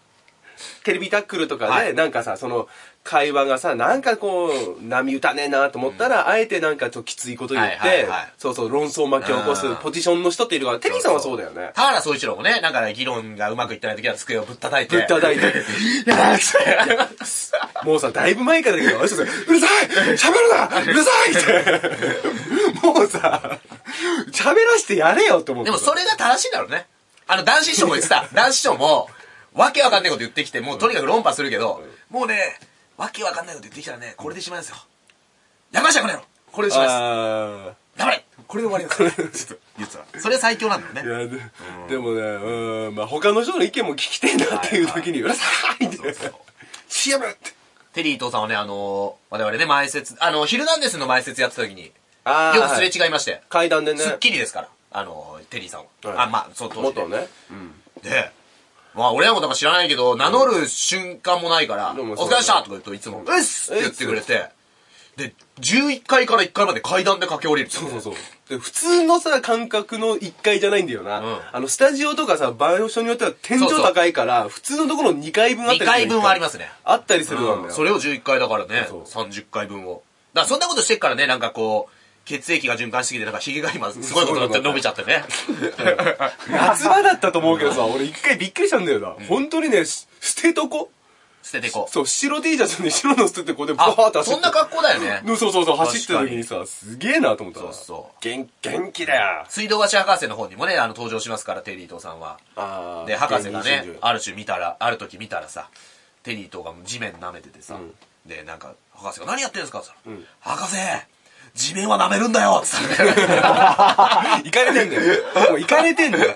Speaker 2: テレビタックルとか
Speaker 1: は
Speaker 2: で、
Speaker 1: い
Speaker 2: なんかさ、その、会話がさ、なんかこう、波打たねえなと思ったら、あえてなんかちょっときついこと言って、
Speaker 1: はいはいはい
Speaker 2: そうそう、論争巻き起こす
Speaker 1: うん
Speaker 2: ポジションの人っているから、テリーさんはそうだよね。
Speaker 1: 田原総一郎もね、なんか議論がうまくいってない時は机をぶったたいて。
Speaker 2: ぶったた いて
Speaker 1: やーっつって
Speaker 2: もうさ、だいぶ前からだけど、あの人さうるさい喋るなう るさいって。もうさ、喋らせてやれよって思うけ
Speaker 1: で
Speaker 2: ど。
Speaker 1: もそれが正しいんだろうね。あの、男子師匠も言って た。男子師匠も、わけわかんないこと言ってきて、もうとにかく論破するけど、もうね、わけわかんないこと言ってきたらね、これでしまいですよ。やめましたこの野郎これでしまいで
Speaker 2: あー
Speaker 1: す。黙れこれで終わりです。ちょっと 言ってた。それ最強なんだよね
Speaker 2: い。や、ででもね、うん、まあ他の人の意見も聞きてえなっていう時に、うるさいって
Speaker 1: そうそう。
Speaker 2: CM! って。
Speaker 1: テリー伊藤さんはね、あのー、我々ね、前説、あの、ヒルナンデスの前説やってた時に、よ
Speaker 2: あー
Speaker 1: くすれ違いまして、
Speaker 2: 階段でね。
Speaker 1: スッキリですから、あのー、テリーさんは。
Speaker 2: はい
Speaker 1: あ、まあ、そう、当時で
Speaker 2: 元ね。
Speaker 1: で、まあ、俺らもだから知らないけど、名乗る瞬間もないから、お
Speaker 2: でもそう
Speaker 1: 疲れっしたとか言うといつも、うっすって言ってくれて、で、11階から1階まで階段で駆け下りる。
Speaker 2: そうそうそう。で、普通のさ、感覚の1階じゃないんだよな。
Speaker 1: うん
Speaker 2: あの、スタジオとかさ、場所によっては天井高いから、普通のところの2階分あっ
Speaker 1: 2
Speaker 2: たり
Speaker 1: 階分はありますね。
Speaker 2: あったりするのなんだ
Speaker 1: うん
Speaker 2: よ。
Speaker 1: それを11回だからね、
Speaker 2: そう
Speaker 1: 30回分を。だからそんなことしてっからね、なんかこう、血液が循環しすぎて、なんか髭が今すごいことになって伸びちゃってね。
Speaker 2: 夏場だったと思うけどさ、俺1回びっくりしたんだよな。本当にね、す捨てとこ
Speaker 1: 捨ててこう。
Speaker 2: そう、白 T シャツに白の捨ててこでバーッ
Speaker 1: あ
Speaker 2: て走っ、
Speaker 1: そん
Speaker 2: て。
Speaker 1: な格好だよね。
Speaker 2: うんそうそうそう、走ってた時にさ、すげえなと思った
Speaker 1: そうそう。
Speaker 2: 元元気だよ。
Speaker 1: 水道橋博士の方にもね、あの、登場しますから、テリー伊藤さんは。
Speaker 2: あー
Speaker 1: で、博士が
Speaker 2: 芸人
Speaker 1: ね
Speaker 2: 真、珠
Speaker 1: ある種見たら、ある時見たらさ、テリーとかも地面舐めててさ、で、なんか、博士が何やってんですかって言ったら、博士地面は舐めるんだよって言ったら
Speaker 2: 行かれてんだよ。もう行かれてんだよ。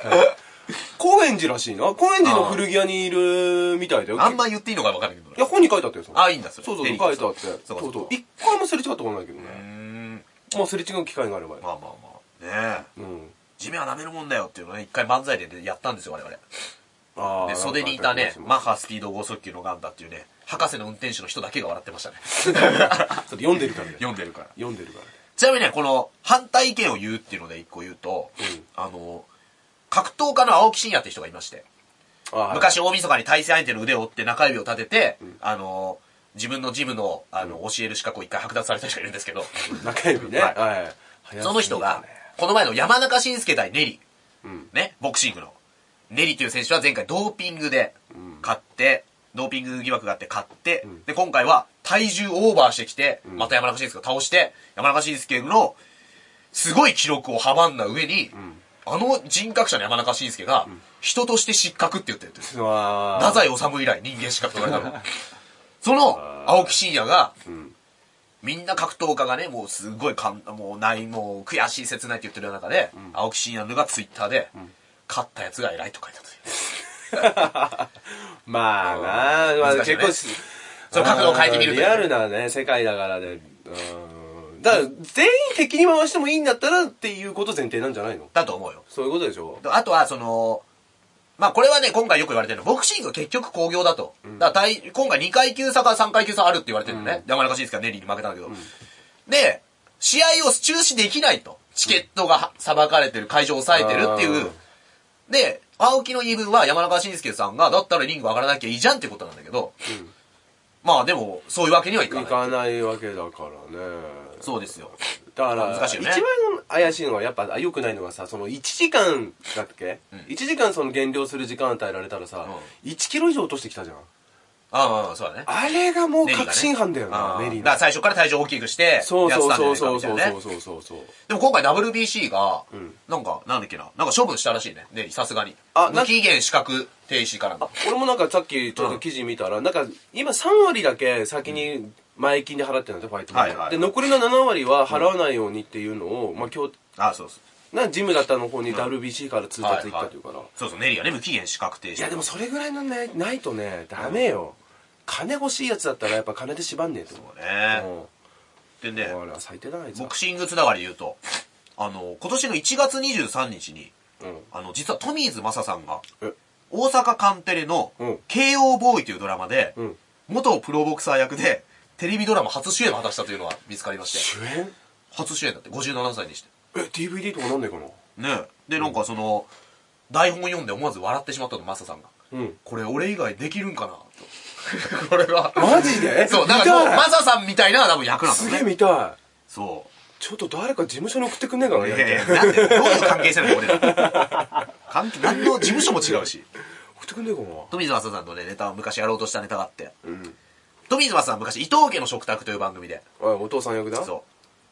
Speaker 2: 高円寺らしいな。高円寺の古着屋にいるみたいだよ。
Speaker 1: あんま言っていいのか分かんないけど
Speaker 2: い。や、本に書いてあったよ、それ
Speaker 1: あいいんだそれ
Speaker 2: そうそう、
Speaker 1: テ
Speaker 2: 書
Speaker 1: レ
Speaker 2: い
Speaker 1: ビ
Speaker 2: てあって。そう
Speaker 1: そうか
Speaker 2: そ
Speaker 1: そううか。
Speaker 2: 一回もすれ違ったことないけど
Speaker 1: う
Speaker 2: ね。
Speaker 1: ん。
Speaker 2: もうすれ違う機会があれば。
Speaker 1: まあまあまあ。ねえ。
Speaker 2: うん。
Speaker 1: 地面は舐めるもんだよっていうのをね、一回漫才でねやったんですよ、我々。
Speaker 2: あ
Speaker 1: で、袖にいたね、マッハスピード剛速球のガンダっていうね、博士の運転手の人だけが笑ってましたね。
Speaker 2: ちょっと読んでるからね。
Speaker 1: 読んでるから。
Speaker 2: 読んでるからね。
Speaker 1: ちなみにね、この反対意見を言うっていうので一個言うと、あの、格闘家の青木真也って人がいまして、
Speaker 2: あー
Speaker 1: 昔大晦日に対戦相手の腕を折って中指を立てて、あの、自分のジムの、あの、教える資格を一回剥奪された人がいるんですけど、
Speaker 2: 中指ね。
Speaker 1: はい
Speaker 2: はい。
Speaker 1: その人が、この前の山中伸介対ネリ、ね、ボクシングの。ネリという選手は前回ドーピングで勝って、ドーピング疑惑があって勝って、で、今回は体重オーバーしてきて、また山中伸介を倒して、山中伸介のすごい記録を阻んだ上に、あの人格者の山中伸介が、人として失格って言ってるんです
Speaker 2: 早すぎたね。あー
Speaker 1: 太宰治以来人間失格と言われたの。その、青木真也が、みんな格闘家がね、もうすごいかん、もうない、もう悔しい切ないって言ってる中で、青木真也のがツイッターで、勝ったやつが偉いと書いてあったんですよ。
Speaker 2: まあなあ、まあ
Speaker 1: 難しいね
Speaker 2: 結構し、
Speaker 1: その角度を変えてみるという
Speaker 2: リアルなね、世界だからね。うんだから、全員敵に回してもいいんだったらっていうこと前提なんじゃないの
Speaker 1: だと思うよ。
Speaker 2: そういうことでしょ
Speaker 1: あとは、その、まあこれはね、今回よく言われてるの、ボクシングは結局興行だと。だから大今回2階級差か3階級差あるって言われてるのね。山中慎介がネリーに負けたんだけど。で、試合を中止できないと。チケットが裁かれてる、会場を抑えてるっていう
Speaker 2: あ。
Speaker 1: で、青木の言い分は山中慎介さんが、だったらリング上がらなきゃいいじゃんってことなんだけど。まあでも、そういうわけにはいか
Speaker 2: 行
Speaker 1: ない。
Speaker 2: かないわけだからね。
Speaker 1: そうですよ。
Speaker 2: だから、
Speaker 1: 難しいよね
Speaker 2: 一番怪しいのはやっぱあ良くないのはさ、その1時間だっけ、一 ?1 時間その減量する時間与えられたらさ、1キロ以上落としてきたじゃん。
Speaker 1: ああ、そうだね。
Speaker 2: あれがもう
Speaker 1: ネリーがね
Speaker 2: 確信犯だよ
Speaker 1: あ
Speaker 2: な、
Speaker 1: あ
Speaker 2: メリー
Speaker 1: だから
Speaker 2: の。
Speaker 1: 最初から体重を大きくして、
Speaker 2: そうそうそうそ
Speaker 1: や
Speaker 2: う
Speaker 1: ってた
Speaker 2: そ
Speaker 1: ん
Speaker 2: う
Speaker 1: じゃねえかみたいなね
Speaker 2: そうそうそう。
Speaker 1: でも今回 WBC が、なんか、なんだっけな、なんか処分したらしいね、ネリ、さすがに。
Speaker 2: あな
Speaker 1: 無期限資格停止からの。
Speaker 2: 俺もなんかさっきちょっと記事見たら、なんか今3割だけ先に前金で払ってるんだって、ファイトマネー
Speaker 1: はいはい
Speaker 2: で、残りの7割は払わないようにっていうのを、まあ今日、
Speaker 1: あ、そうそう。
Speaker 2: な、ジムだったの方に WBC から通達いったというから。い
Speaker 1: そうそう、ネリがね、無期限資格停止。
Speaker 2: やでも、それぐらいのね、ないとね、ダメよ。金欲しいやつだったらやっぱ金で縛んねえと思う。
Speaker 1: ね。でね、
Speaker 2: うん。あら、最低だな、あいつは
Speaker 1: ボクシングつながりで言うと、あの、今年の1月23日に、
Speaker 2: うん。
Speaker 1: あの、実はトミーズマサさんが、
Speaker 2: え、
Speaker 1: 大阪カンテレの
Speaker 2: うん、
Speaker 1: KO ボーイというドラマで、
Speaker 2: うん
Speaker 1: 元プロボクサー役で、テレビドラマ初主演を果たしたというのが見つかりまして、
Speaker 2: 主演
Speaker 1: 初主演だって、57歳にして。
Speaker 2: え、DVD とかなんねえかな
Speaker 1: ねでなんかその、台本読んで思わず笑ってしまったのマサさんが、
Speaker 2: うん
Speaker 1: これ俺以外できるんかな これは。
Speaker 2: マジで
Speaker 1: そう、だからもう、マサさんみたいな多分役なんだ
Speaker 2: す
Speaker 1: ろう
Speaker 2: げえ
Speaker 1: ね。
Speaker 2: 見たい。
Speaker 1: そう。
Speaker 2: ちょっと誰か事務所に送ってくんねえかな、やっ
Speaker 1: いやい
Speaker 2: て
Speaker 1: やなんでどういう関係性なの俺ら。関係、何の事務所も違うし。
Speaker 2: 送ってくんねえかな。
Speaker 1: 富水正さんとね、ネタを昔やろうとしたネタがあって。富水正さんは昔、伊藤家の食卓という番組で。
Speaker 2: おいお父さん役だ
Speaker 1: そ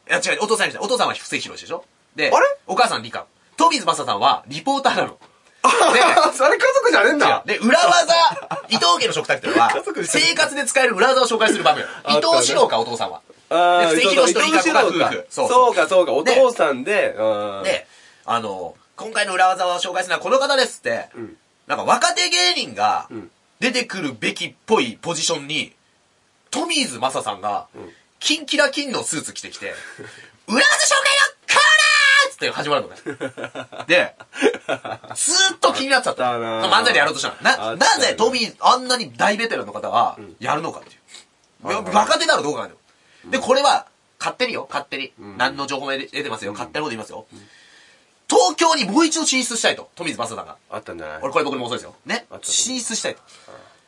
Speaker 1: う。いや違う、お父さんでした。お父さんは布施博士でしょで、
Speaker 2: あれ
Speaker 1: お母さん理科。富水正さんはリポーターなの。
Speaker 2: あ それ家族じゃねえんだ
Speaker 1: で、で裏技、伊藤家の食卓っていうのは、
Speaker 2: 族で
Speaker 1: 生活で使える裏技を紹介する場面。伊
Speaker 2: あったね
Speaker 1: 藤四郎か、お父さんは。
Speaker 2: あー
Speaker 1: で布施博士と理香子が夫
Speaker 2: 伊藤四郎か
Speaker 1: 婦。
Speaker 2: そうか、そうか、お父さんで、うん
Speaker 1: で、あの、今回の裏技を紹介するのはこの方ですって、なんか若手芸人が出てくるべきっぽいポジションに、トミーズマサさんが、キンキラキンのスーツ着てきて、裏技紹介のコーナーっつって始まるのね。で、ずーっと気になっちゃった。
Speaker 2: あったなー
Speaker 1: 漫才でやろうとしたの。
Speaker 2: あ
Speaker 1: な、
Speaker 2: った
Speaker 1: な
Speaker 2: ね
Speaker 1: ぜトミー、あんなに大ベテランの方がやるのかっていう。いや若手ならどうかなの。で、これは、勝手によ、勝手に。何の情報も得てますよ、勝手なこと言いますよ。東京にもう一度進出したいと、富水正さんが。
Speaker 2: あったんじゃない
Speaker 1: 俺、これ僕の妄想ですよ。ね
Speaker 2: あっ。た
Speaker 1: 進出したいと。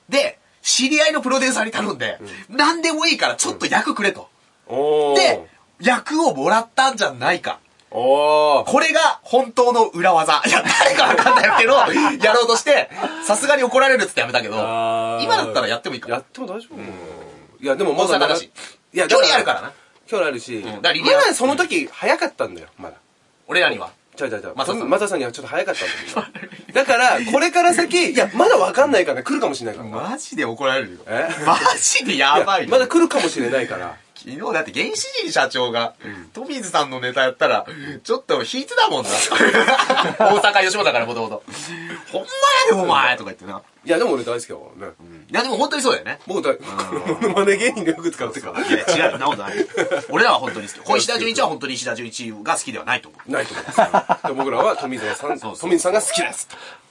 Speaker 1: で、知り合いのプロデューサーに頼んで、何でもいいからちょっと役くれと。
Speaker 2: おー。
Speaker 1: で、役をもらったんじゃないか。
Speaker 2: おー。
Speaker 1: これが本当の裏技。いや、誰かわかんないけど、やろうとして、さすがに怒られるっつってやめたけど、
Speaker 2: あー
Speaker 1: 今だったらやってもいいか
Speaker 2: や
Speaker 1: ら。
Speaker 2: っても大丈夫いや、でもま
Speaker 1: 大
Speaker 2: だ
Speaker 1: 阪だし。
Speaker 2: いや、
Speaker 1: 距離あるからな。
Speaker 2: 距離あるし。
Speaker 1: ん
Speaker 2: ま
Speaker 1: だからリニア
Speaker 2: だその時、早かったんだよ、まだ。
Speaker 1: 俺らには。
Speaker 2: ちゃうちゃうちゃう。
Speaker 1: マサさん
Speaker 2: マサさんにはちょっと早かったんだよ。だから、これから先、いや、まだわかんないから、来るかもしれないから。
Speaker 1: マジで怒られるよ。
Speaker 2: え
Speaker 1: マジでやばいよ。
Speaker 2: まだ来るかもしれないから。
Speaker 1: 昨日だって原始人社長が、トミーズさんのネタやったら、ちょっと引いてた もんな。大阪吉本だからもともと。ほんまやでお前とか言ってな。
Speaker 2: いや、でも俺大好きだからね。
Speaker 1: いやでも本当にそうだよね。
Speaker 2: 僕大、このモノマネ芸人がよく使うってか。
Speaker 1: いや違う、そんなことない。 俺らは本当に好き。これ石田純一は本当に石田純一が好きではないと思う。
Speaker 2: ないと思います。で僕らは富澤さ ん、
Speaker 1: そうそう
Speaker 2: 富澤さんが好きです。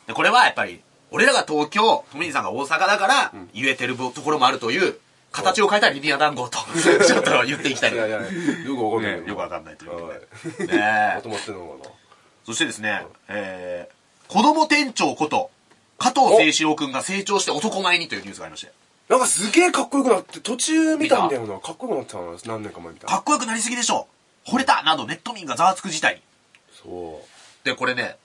Speaker 1: で、これはやっぱり、俺らが東京、富士山が大阪だから、言えてるところもあるという、形を変えたリニア団子と、ちょっと言っていきたい。
Speaker 2: いやいや、よくわかんない
Speaker 1: ねよくわかんないというこ
Speaker 2: はい
Speaker 1: とで。ね
Speaker 2: まとまってんのか
Speaker 1: そしてですね、えー、子供店長こと、加藤清志郎くんが成長して男前にというニュースがありまして、
Speaker 2: ななんかすげえかっこよくなって、途中見たんだよな。かっこよくなってたの何年か前みたいな。
Speaker 1: かっこよくなりすぎでしょ惚れたなどネット民がざわつく事態に。
Speaker 2: そ
Speaker 1: で、これね、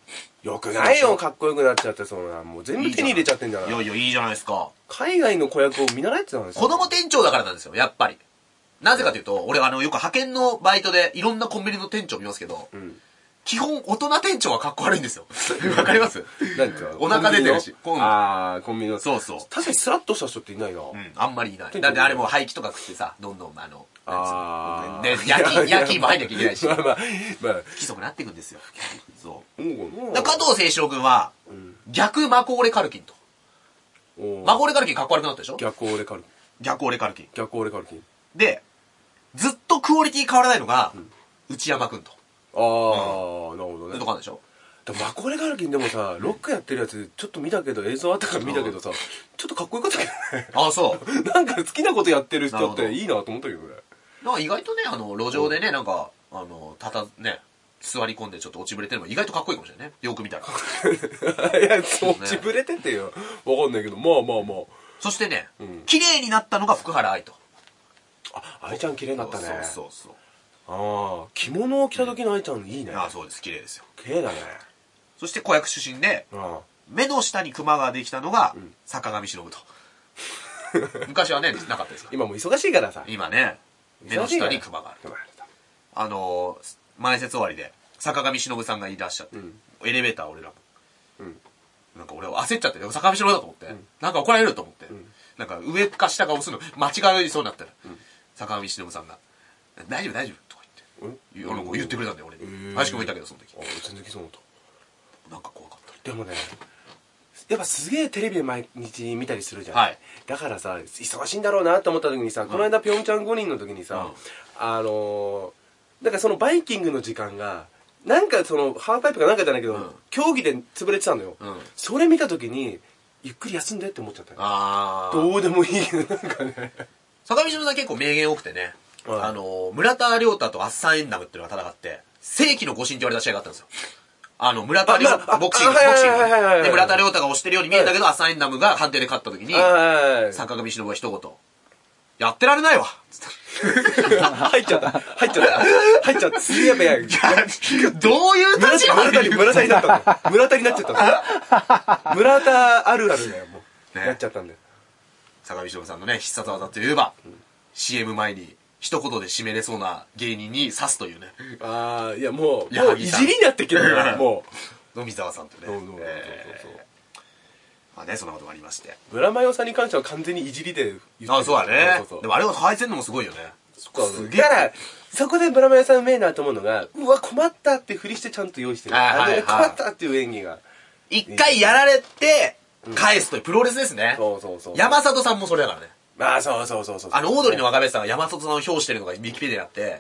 Speaker 2: う。よくないよ、かっこよくなっちゃって、そんな。もう全部手に入れちゃってんじゃない
Speaker 1: いやいや、いいじゃないですか。
Speaker 2: 海外の子役を見習えってたんですよ。
Speaker 1: 子供店長だからなんですよ、やっぱり。なぜかというと、俺あの、よく派遣のバイトでいろんなコンビニの店長見ますけど、基本大人店長はかっこ悪いんですよ。わかります
Speaker 2: 何ですか
Speaker 1: お腹出てるし
Speaker 2: コン
Speaker 1: コ
Speaker 2: ビニの
Speaker 1: ン
Speaker 2: あー、コンビニの。
Speaker 1: そうそう
Speaker 2: 確かにスラッとした人っていないな。
Speaker 1: うん、あんまりいない。
Speaker 2: 店長
Speaker 1: だってあれもう廃棄とか食ってさ、どんどん、あの、
Speaker 2: あ
Speaker 1: ね焼き、焼きも入んなきゃいけないし、
Speaker 2: まあ
Speaker 1: 不
Speaker 2: まあ、まあ、
Speaker 1: 規則になっていくんですよ。そう。
Speaker 2: もう
Speaker 1: だから加藤清志郎君は、逆マコーレカルキンと。
Speaker 2: おー
Speaker 1: マコーレカルキンかっこ悪くなったでしょ
Speaker 2: 逆オレカルキン。
Speaker 1: 逆オレカルキン。
Speaker 2: 逆オレカルキン。
Speaker 1: で、ずっとクオリティ変わらないのが、内山君と。
Speaker 2: あー、なるほど
Speaker 1: ず
Speaker 2: ね
Speaker 1: っと。かんでしょ
Speaker 2: でもマコーレカルキンでもさ、ロックやってるやつ、ちょっと見たけど、映像あったから見たけどさ、ちょっとかっこよかったけどね。
Speaker 1: ああ、そう。
Speaker 2: なんか好きなことやってる人っ
Speaker 1: なるほど
Speaker 2: ていいなと思ったけどね。
Speaker 1: なんか意外とね、あの、路上でね、なんか、あの、たた、ね、座り込んでちょっと落ちぶれてるのも意外とかっこいいかもしれないね。よく見 たら。
Speaker 2: いや、そう、ちぶれててよ。わかんないけど、まあまあま
Speaker 1: そしてね、綺麗になったのが福原愛と。
Speaker 2: あ。あ、愛ちゃん綺麗になったね。
Speaker 1: そうそうそう。
Speaker 2: ああ、着物を着た時の愛ちゃんいいね。
Speaker 1: ああ、そうです。綺麗ですよ。
Speaker 2: 綺麗だね。
Speaker 1: そして子役出身で、
Speaker 2: あ
Speaker 1: 目の下にクマができたのが、坂上忍と。 昔はね、なかったですから。
Speaker 2: 今もう忙しいからさ。
Speaker 1: 今ね、目の下にクマがある。
Speaker 2: クマがある
Speaker 1: あのー、前説終わりで、坂上忍さんがいらっしゃって、エレベーター俺らも。
Speaker 2: ん
Speaker 1: なんか俺は焦っちゃって、坂上忍だと思って、なんか怒られると思って、なんか上か下か押すの間違いそうになったら、坂上忍さんが、大丈夫大丈夫とか言って、
Speaker 2: え
Speaker 1: いやなんか言ってくれたんだよ俺に。
Speaker 2: ー
Speaker 1: 林くんもいたけどその時
Speaker 2: あ。俺全然着そうだった。
Speaker 1: なんか怖かった。
Speaker 2: でもね、やっぱすげえテレビで毎日見たりするじゃん。
Speaker 1: はい
Speaker 2: だからさ、忙しいんだろうなと思った時にさ、この間ピョンチャン5人の時にさ、あのー、なんかそのバイキングの時間が、なんかその、ハーフパイプかなんかじゃないけど、
Speaker 1: ん
Speaker 2: 競技で潰れてたのよ。
Speaker 1: うん
Speaker 2: それ見た時に、ゆっくり休んでって思っちゃったよ
Speaker 1: あー。
Speaker 2: どうでもいいけど、なんかね。
Speaker 1: 坂上忍さん結構名言多くてね、
Speaker 2: はい
Speaker 1: あのー、村田亮太とアッサンエンダムっていうのが戦って、世紀の誤信って言われた試合があったんですよ。あの、村田亮
Speaker 2: あまああ、
Speaker 1: ボクシング、ボ
Speaker 2: あはい
Speaker 1: クシン
Speaker 2: はいはいはいは
Speaker 1: グ。
Speaker 2: い
Speaker 1: で、村田亮太が押してるように見えたけど、アッサンエンダムが判定で勝った時に、
Speaker 2: はい
Speaker 1: 坂上忍は一言、やってられないわつって
Speaker 2: 入っちゃった。入っちゃった。入っちゃった。すげえやべ
Speaker 1: ど
Speaker 2: え。
Speaker 1: ういう立場
Speaker 2: 村田に、村田になったの。村田になっちゃったの。村田あるあるだよ、もう。
Speaker 1: ね
Speaker 2: なっちゃったんだよ。
Speaker 1: 坂上忍さんのね、必殺技といえば、CM 前に一言で締めれそうな芸人に刺すというね、
Speaker 2: ああ、いや、もう、
Speaker 1: 矢
Speaker 2: もう
Speaker 1: 作
Speaker 2: い
Speaker 1: さん
Speaker 2: じりになってきてる よ、もう。
Speaker 1: 野見沢さんとね
Speaker 2: そうそうそうそう、
Speaker 1: えーまあね、そんなことがありまして。
Speaker 2: 村マヨさんに関しては完全にいじりで言ってる
Speaker 1: あ、そうだね。
Speaker 2: そうそう
Speaker 1: でもあれを配せるのもすごいよね。
Speaker 2: そう
Speaker 1: すげえ
Speaker 2: だから、そこで村マヨさんうめえなと思うのが、うわ、困ったってふりしてちゃんと用意してる。
Speaker 1: はいはいはい
Speaker 2: あの困ったっていう演技が。
Speaker 1: 一回やられて、返すというプロレスですね。
Speaker 2: そうそうそう。
Speaker 1: 山里さんもそれだからね。
Speaker 2: まあ、そうそうそうそう。
Speaker 1: あの、オードリーの若林さんが山里さんを評してるのがウィキペディアにあって、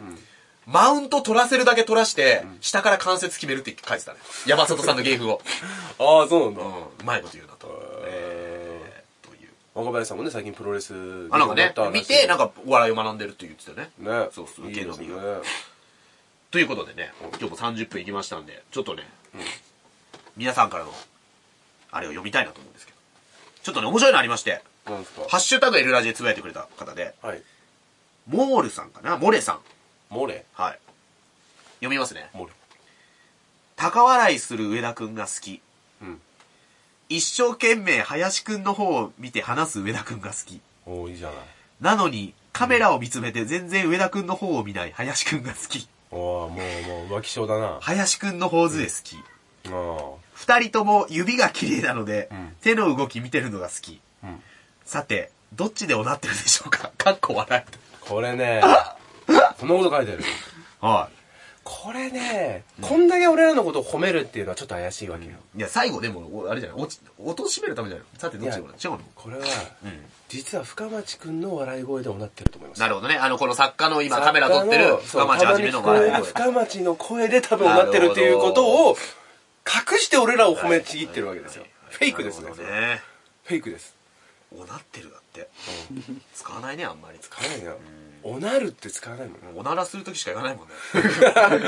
Speaker 1: マウント取らせるだけ取らして、下から関節決めるって書いてたね。山里さんの芸風を。
Speaker 2: ああ、そうなんだ
Speaker 1: う。ん、うまいこと言うなと。えー、という。
Speaker 2: 若林さんもね、最近プロレスに
Speaker 1: あ、なんかね
Speaker 2: ハマっ、た話
Speaker 1: 見て、なんかお笑いを学んでるって言ってたよね。
Speaker 2: ね。
Speaker 1: そうそう、
Speaker 2: いい
Speaker 1: 受け
Speaker 2: で
Speaker 1: の
Speaker 2: すね
Speaker 1: みが。ということでね、今日も30分いきましたんで、ちょっとね、皆さんからの、あれを読みたいなと思うんですけど。ちょっとね、面白いのありまして、
Speaker 2: なんですか
Speaker 1: ハッシュタグエルラジでつぶやいてくれた方で、
Speaker 2: はい。
Speaker 1: モールさんかなモレさん。
Speaker 2: モレ
Speaker 1: はい。読みますね。
Speaker 2: モレ。
Speaker 1: 高笑いする上田くんが好き。
Speaker 2: うん。
Speaker 1: 一生懸命林くんの方を見て話す上田くんが好き。
Speaker 2: おーいいじゃない。
Speaker 1: なのに、カメラを見つめて全然上田くんの方を見ない林くんが好き。
Speaker 2: おーもう、もう、浮気症だな。あ
Speaker 1: 林くんの頬杖好き。
Speaker 2: あ。
Speaker 1: 二人とも指が綺麗なので、
Speaker 2: ん
Speaker 1: 手の動き見てるのが好き。
Speaker 2: うん
Speaker 1: さて、どっちでおなってるでしょうかかっこ笑
Speaker 2: こ れね、こんなこと書いてる。
Speaker 1: い。は
Speaker 2: これね、こんだけ俺らのことを褒めるっていうのはちょっと怪しいわけよ。
Speaker 1: い。いや、最後でも、おあれじゃない、落ち、落としめるためじゃないさて、どっちでおな違うの
Speaker 2: これは、
Speaker 1: うん。
Speaker 2: 実は深町くんの笑い声でおなってると思います。
Speaker 1: なるほどね。あの、この作家の今カメラ撮って
Speaker 2: 作家
Speaker 1: る
Speaker 2: の、
Speaker 1: 深町はじめの笑い
Speaker 2: そう
Speaker 1: 声。
Speaker 2: 深町の声で多分おなってるっていうことを、隠して俺らを褒めちぎってるわけですよ。フェイクです
Speaker 1: な
Speaker 2: ね
Speaker 1: る。ほどね。
Speaker 2: フェイクです。
Speaker 1: おなってるだって。使わないね、あんまり。使
Speaker 2: かなりな。おなるって使わないもんね。
Speaker 1: おならするときしか言わないもん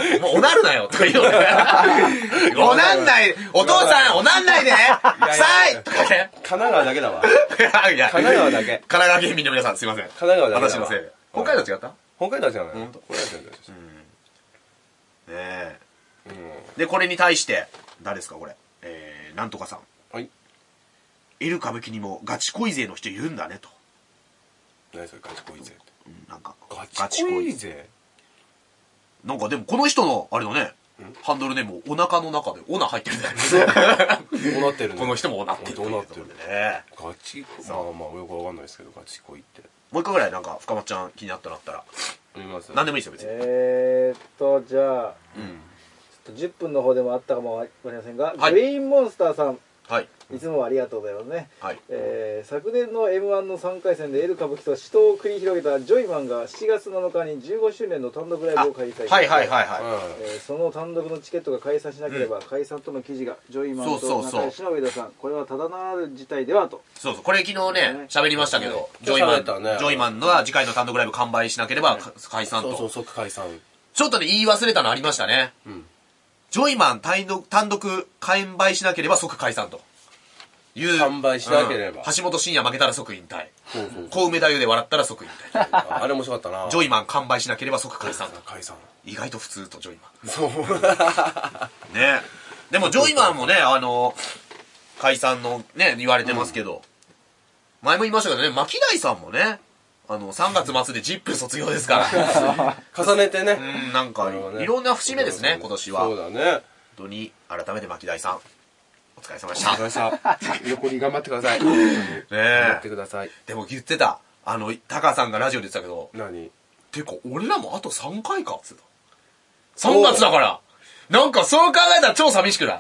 Speaker 1: ね。もうおなるなよとか言うよね。おなんない、お父さんおなんないでねさいとかね。
Speaker 2: 神奈川だけだ わ。
Speaker 1: いや
Speaker 2: 神奈川だけ
Speaker 1: 神奈川県民の皆さんすいません。神
Speaker 2: 奈川だけだ
Speaker 1: 私のせいで。北海道違ったね
Speaker 2: 北海道じゃない
Speaker 1: ほんと
Speaker 2: 北海道じゃない
Speaker 1: え。
Speaker 2: うん
Speaker 1: で、これに対して、誰ですかこれ。えー、なんとかさん。
Speaker 2: はい。
Speaker 1: エル歌舞伎にもガチ恋勢の人いるんだねと。
Speaker 2: 何それガチ恋勢って。
Speaker 1: うんなんか、
Speaker 2: ガチ恋勢
Speaker 1: なんかでもこの人の、あれだね、ハンドルネーム、お腹の中で、オナ入ってるね。
Speaker 2: どうなってる の
Speaker 1: この人もオナってる。
Speaker 2: どうなって
Speaker 1: と
Speaker 2: る
Speaker 1: いうことでね。
Speaker 2: ガチ恋まあまあよくわかんないですけど、ガチ恋って。
Speaker 1: もう一個ぐらいなんか、深町ちゃん気になったのあったら、
Speaker 2: 見ます
Speaker 1: 何でもいいですよ、別に。
Speaker 3: えー、っとじゃあ
Speaker 1: うん。
Speaker 3: ちょっと10分の方でもあったかもわかりませんが、
Speaker 1: はい
Speaker 3: グレインモンスターさん
Speaker 1: はい。
Speaker 3: いつもありがとうございますね、
Speaker 1: はい。
Speaker 3: えー昨年の m 1の3回戦でエル歌舞伎と死闘を繰り広げたジョイマンが7月7日に15周年の単独ライブを開催
Speaker 1: はいはいはい
Speaker 2: うん
Speaker 1: は
Speaker 3: えーその単独のチケットが解散しなければ、解散との記事がジョイマン
Speaker 1: そう
Speaker 3: と
Speaker 1: そうそう
Speaker 3: 仲良しの上田さんこれはただならぬ事態ではと
Speaker 1: い。そうそう、これ昨日ね、喋りましたけど、ジョイマン、
Speaker 2: 喋っ
Speaker 1: ジ
Speaker 2: たね
Speaker 1: ョイマンのは次回の単独ライブ完売しなければか解散
Speaker 2: そうそう、
Speaker 1: と。
Speaker 2: 即解散。
Speaker 1: ちょっとね、言い忘れたのありましたね。
Speaker 2: うん。
Speaker 1: ジョイマン単独、単独完売しなければ即解散と。いう。
Speaker 2: 完売しなければ
Speaker 1: うん橋本真也負けたら即引退。
Speaker 2: そうそう
Speaker 1: 小梅太夫で笑ったら即引退。
Speaker 2: ああれ面白かったな。
Speaker 1: ジョイマン完売しなければ即解散と。
Speaker 2: 解散。
Speaker 1: 意外と普通とジョイマ
Speaker 2: そう。
Speaker 1: ン。ねでもジョイマンもね、あの、解散のね、言われてますけど、前も言いましたけどね、巻貝さんもね、あの、3月末でジップ卒業ですから。
Speaker 2: 重ねてね。
Speaker 1: うん、なんか、
Speaker 2: なるほどね
Speaker 1: いろんな節目ですね、今年は。
Speaker 2: そう
Speaker 1: 本
Speaker 2: だね。
Speaker 1: 当に、改めて巻貝さん、お疲れ様でし
Speaker 2: わ
Speaker 1: た。
Speaker 2: かりま
Speaker 1: ね
Speaker 2: した。 横に頑張ってく ださい。頑張
Speaker 1: え
Speaker 2: って。ください。
Speaker 1: でも言ってた、あの、タカさんがラジオで言ってたけど、
Speaker 2: 何
Speaker 1: てか、俺らもあと3回かっつってた。3月だからなんかそう考えたら超寂しくない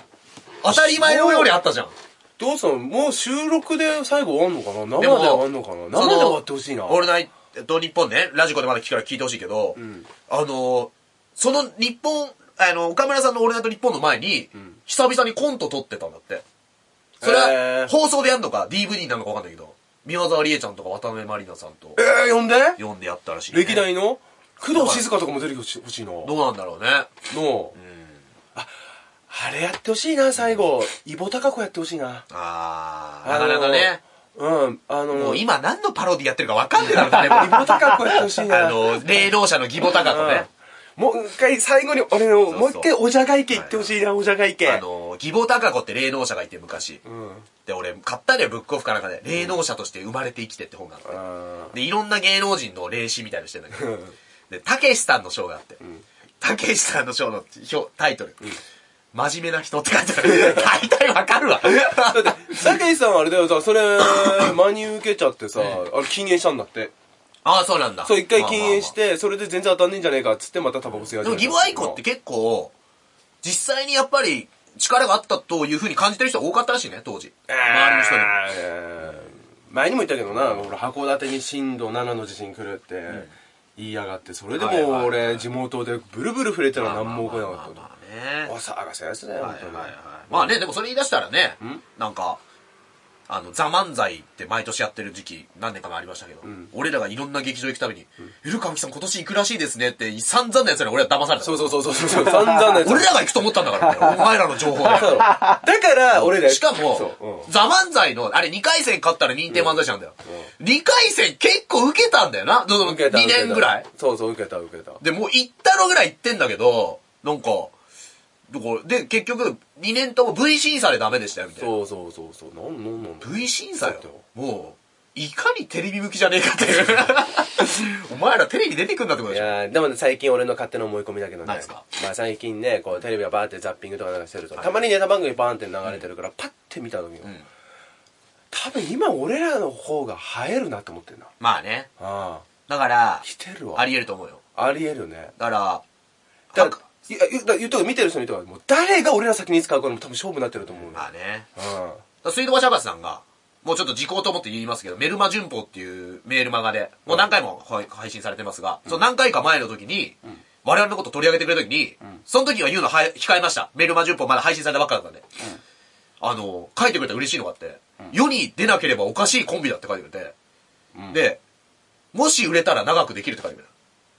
Speaker 1: 当たり前のようにあったじゃん。
Speaker 2: どうすんのもう収録で最後終わんのかな生で
Speaker 1: でも
Speaker 2: 終わんのかな生で終わってほしいな。
Speaker 1: オールナイト日本ね、ラジコでまだ聞くから聞いてほしいけど、あのー、その日本、あの、岡村さんのオールナイト日本の前に、久々にコント撮ってたんだって。それ
Speaker 2: へ
Speaker 1: は
Speaker 2: ー、
Speaker 1: 放送でやんのか、DVD なのかわかんないけど、宮沢りえちゃんとか渡辺満里奈さんと、
Speaker 2: えー、呼んで
Speaker 1: 読んでやったらしい、ね。
Speaker 2: 歴代の工藤静香とかも出てほしいな。
Speaker 1: どうなんだろうね。
Speaker 2: の、あ、あれやってほしいな、最後。イボタカコやってほしいな。
Speaker 1: あー、
Speaker 2: あの
Speaker 1: な
Speaker 2: ー
Speaker 1: るほどね。
Speaker 2: うん、あのー、
Speaker 1: もう今何のパロディやってるかわかんねえだろ、誰も。
Speaker 2: イ ボタカコやってほしいな。
Speaker 1: あのー、霊能者の義母高子ね。
Speaker 2: もう一回、最後に俺の、
Speaker 1: そう
Speaker 2: もう一回、おじゃがいけ行ってほしいな、おじゃがいけ。
Speaker 1: あのー、義母高子って霊能者がいて昔。
Speaker 2: うん。
Speaker 1: で、俺、買ったのよ、ブックオフかなんかで。霊能者として生まれて生きてって本があって。
Speaker 2: あ
Speaker 1: で、いろんな芸能人の霊視みたいのしてんだけど。で、たけしさんの章があって。たけしさんの章の表タイトル。真面目な人って書いてある。大体わかる わ。
Speaker 2: ーだけさんはあれだよ、さそれ、真に受けちゃってさ、あれ禁煙したんだって。
Speaker 1: ああ、そうなんだ。
Speaker 2: そう、一回
Speaker 1: まあまあ
Speaker 2: 禁
Speaker 1: まあ
Speaker 2: 煙して、それで全然当たんねえんじゃねえかっつって、またタバコ吸い始め
Speaker 1: で
Speaker 2: た
Speaker 1: もギブアイコって結構、実際にやっぱり力があったというふうに感じてる人が多かったらしいね、当時。周りの人にも。
Speaker 2: えー前にも言ったけどな、俺函館に震度7の地震来るって言いやがって、それで
Speaker 1: はいはいは
Speaker 2: も
Speaker 1: い
Speaker 2: 俺地元でブルブル触れたら何も起こらなかっ
Speaker 1: ま
Speaker 2: たの
Speaker 1: あね。
Speaker 2: お騒がせやつだよ、本当に。
Speaker 1: まあね、でもそれ言い出したらね、なんか、あの、ザ・漫才って毎年やってる時期、何年かもありましたけど、俺らがいろんな劇場行くたびに、ゆるかみさん今年行くらしいですねって、散々な奴らに俺ら騙された。
Speaker 2: そうそうそうそうそう、 散々なやつ。
Speaker 1: 俺らが行くと思ったんだからね、お前らの情 報で。
Speaker 2: そうだから、俺ら。
Speaker 1: しか
Speaker 2: そううん
Speaker 1: も、ザ・漫才の、あれ2回戦勝ったら認定漫才師なんだよ。2回戦結構受けたんだよな、どの
Speaker 2: 受け
Speaker 1: 2
Speaker 2: た受けた
Speaker 1: 年ぐらい。
Speaker 2: そうそう、受けた、受けた。
Speaker 1: で、もう行ったろぐらい行ってんだけど、なんか、どこで、結局、2年とも V 審査でダメでしたよ、みたいな。
Speaker 2: そうそうそうそう、なんなんなん。
Speaker 1: V 審査よ
Speaker 2: そうだよ。
Speaker 1: もう、いかにテレビ向きじゃねえかって いう。お前らテレビ出てくんだってこと
Speaker 2: い
Speaker 1: でしょ。
Speaker 2: やーでもね、最近俺の勝手な思い込みだけどね。
Speaker 1: 何ですか
Speaker 2: まあ最近ね、こうテレビがバーってザッピングとか流してると、たまにネタ番組バーンって流れてるから、パッて見た時に、多分今俺らの方が映えるなと思ってんな。
Speaker 1: まあね。
Speaker 2: ああ。
Speaker 1: だから、
Speaker 2: 来てるわ。
Speaker 1: あり得ると思うよ。
Speaker 2: ありえるよね。
Speaker 1: だから、
Speaker 2: だ
Speaker 1: なん
Speaker 2: か、
Speaker 1: から
Speaker 2: いや言うだから言っとく見てる人に言っとくもう誰が俺ら先に使うかも多分勝負になってると思うよ。
Speaker 1: まあね。
Speaker 2: うん。
Speaker 1: 水道橋博士さんが、もうちょっと時効と思って言いますけど、メルマ旬報っていうメールマガで、もう何回もはい配信されてますが、その何回か前の時に、我々のこと取り上げてくれる時に、その時は言うのは控えました。メルマ旬報まだ配信されたばっかだったんで。あの、書いてくれたら嬉しいのがあって、世に出なければおかしいコンビだって書いてくれて、で、もし売れたら長くできるって書いてくれ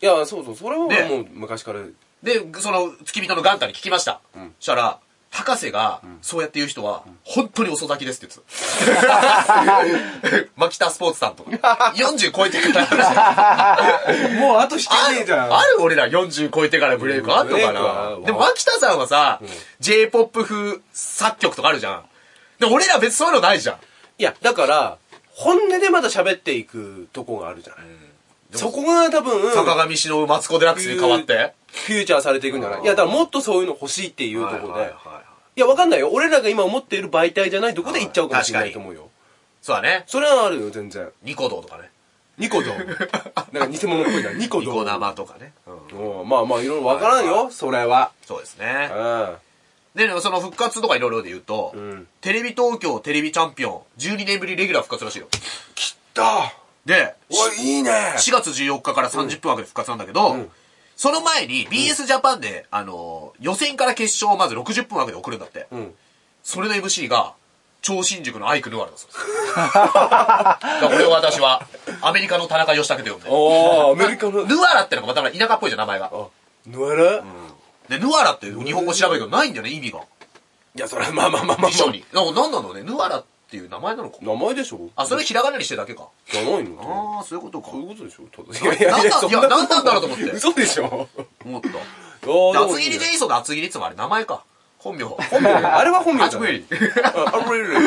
Speaker 1: た。
Speaker 2: いや、そうそう、それはも
Speaker 1: ね
Speaker 2: う昔から。
Speaker 1: で、その、付き人のガンタに聞きました。そしたら、博士が、そうやって言う人は、本当に遅咲きですって言 ってた。マキタスポーツさんと か。40超えてから
Speaker 2: もうあとして
Speaker 1: あるある俺ら40超えてからブレイクあんのか
Speaker 2: うんブレイクは
Speaker 1: なでも、マキタさんはさ、J-POP 風作曲とかあるじゃん。でも、俺ら別にそういうのないじゃん。
Speaker 2: いや、だから、本音でまだ喋っていくとこがあるじゃない。そこが多分、
Speaker 1: 坂上忍、マツコ・デラックスに変わって。
Speaker 2: フューチャーされていくんじゃないいや、だからもっとそういうの欲しいっていうとこ
Speaker 1: はいはい
Speaker 2: で。
Speaker 1: はい
Speaker 2: いや、わかんないよ。俺らが今思っている媒体じゃないとこで行っちゃうかもしれない
Speaker 1: はい
Speaker 2: と思うよ。
Speaker 1: そうだね。
Speaker 2: それはあるよ、全然。
Speaker 1: ニコ動と かね。
Speaker 2: ニコドン。なんか偽物っぽいな。ニコ
Speaker 1: ニコ
Speaker 2: ドン。
Speaker 1: 生とかね。うん
Speaker 2: うんまあまあ、いろいろわからんよ、それは。
Speaker 1: そうですね
Speaker 2: う。ん。
Speaker 1: で、その復活とかいろいろで言うと、
Speaker 2: ん
Speaker 1: テレビ東京テレビチャンピオン、12年ぶりレギュラー復活らしいよ。
Speaker 2: だ
Speaker 1: で、
Speaker 2: おい、いいね
Speaker 1: 4月14日から30分枠で復活なんだけど、その前に BS ジャパンで、あのー、予選から決勝をまず60分枠で送るんだって。
Speaker 2: うん。
Speaker 1: それの MC が、超新塾のアイク・ヌアルだ そうです。だから俺は私は、アメリカの田中義武と呼んで。
Speaker 2: おー、アメリ カの。
Speaker 1: ヌアラってのがまた田舎っぽいじゃん、名前が。
Speaker 2: あ、ヌアラ
Speaker 1: で、ヌアラって日本語調べるけどないんだよね、意味が。
Speaker 2: いや、それはまあまあまあまあ
Speaker 1: 辞書に。だから何なんだろうね、ヌアラっていう名前なのか。
Speaker 2: 名前でしょ
Speaker 1: あ、それひらがなにしてるだけか。
Speaker 2: じゃないの
Speaker 1: ああ、そういうことか。
Speaker 2: そういうことでしょ
Speaker 1: やいやいやなんなんだろうと思って
Speaker 2: 嘘で しょ
Speaker 1: 思った。で
Speaker 2: 厚
Speaker 1: 厚切りジェイソンの厚切りっつうのはあれ名前か。本名。
Speaker 2: 本名 あれは本名じ
Speaker 1: 厚切
Speaker 2: ゃない
Speaker 1: り。
Speaker 2: ああれれれ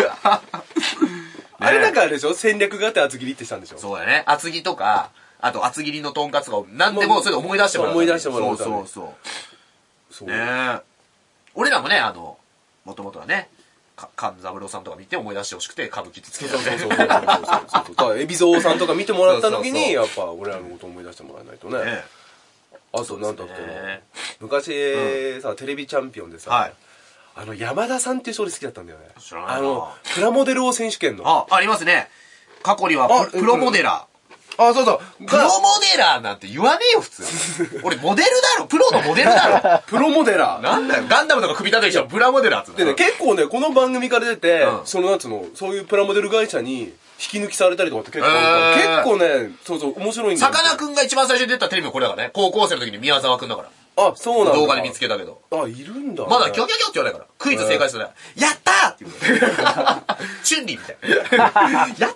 Speaker 2: あれなんかあれでしょ戦略があって厚切りってしたんでしょ
Speaker 1: そうだね。厚切りとか、あと厚切りのトンカツが何でもそれで思い出してもらう。
Speaker 2: 思い出してもらう
Speaker 1: そうそうそ。
Speaker 2: そうう
Speaker 1: ねえ。俺らもね、あの、もともとはね、か勘三郎さんとか見て思い出してほしくて歌舞伎ってつけたん
Speaker 2: そう
Speaker 1: で。
Speaker 2: そうそうそうそうだから海老蔵さんとか見てもらった時に
Speaker 1: そ
Speaker 2: やっぱ俺らのこと思い出してもらわないとね
Speaker 1: ね
Speaker 2: あとなんだっけな
Speaker 1: そうですね
Speaker 2: 昔さテレビチャンピオンでさ、
Speaker 1: はい
Speaker 2: あの山田さんっていう人俺好きだったんだよね
Speaker 1: 知らないな
Speaker 2: あのプラモデル王選手権の
Speaker 1: あ、ありますね。過去にはプ
Speaker 2: あ
Speaker 1: プロモデラー。
Speaker 2: あそうそう
Speaker 1: プロモデラーなんて言わねえよ、普 通。俺、モデルだろプロのモデルだろ
Speaker 2: プロモデ ラー
Speaker 1: なんだよ、ガンダムとか組み立てる人はプラモデルだっつって
Speaker 2: でね、
Speaker 1: ね。
Speaker 2: 結構ね、この番組から出て、
Speaker 1: うん
Speaker 2: そのなんつうの、そういうプラモデル会社に引き抜きされたりとかって結構、
Speaker 1: へー
Speaker 2: 結構ね、そうそう、面白いんだ
Speaker 1: さ
Speaker 2: よ。
Speaker 1: かなクンが一番最初に出たテレビもこれだからね。高校生の時に宮沢くんだから。
Speaker 2: あ、そうなんだ。
Speaker 1: 動画で見つけたけど。
Speaker 2: あ、いるんだ、ね。
Speaker 1: まだキョキョキョって言わないから。クイズ正解するやったーって言う。チュンリーみたいな。やったーって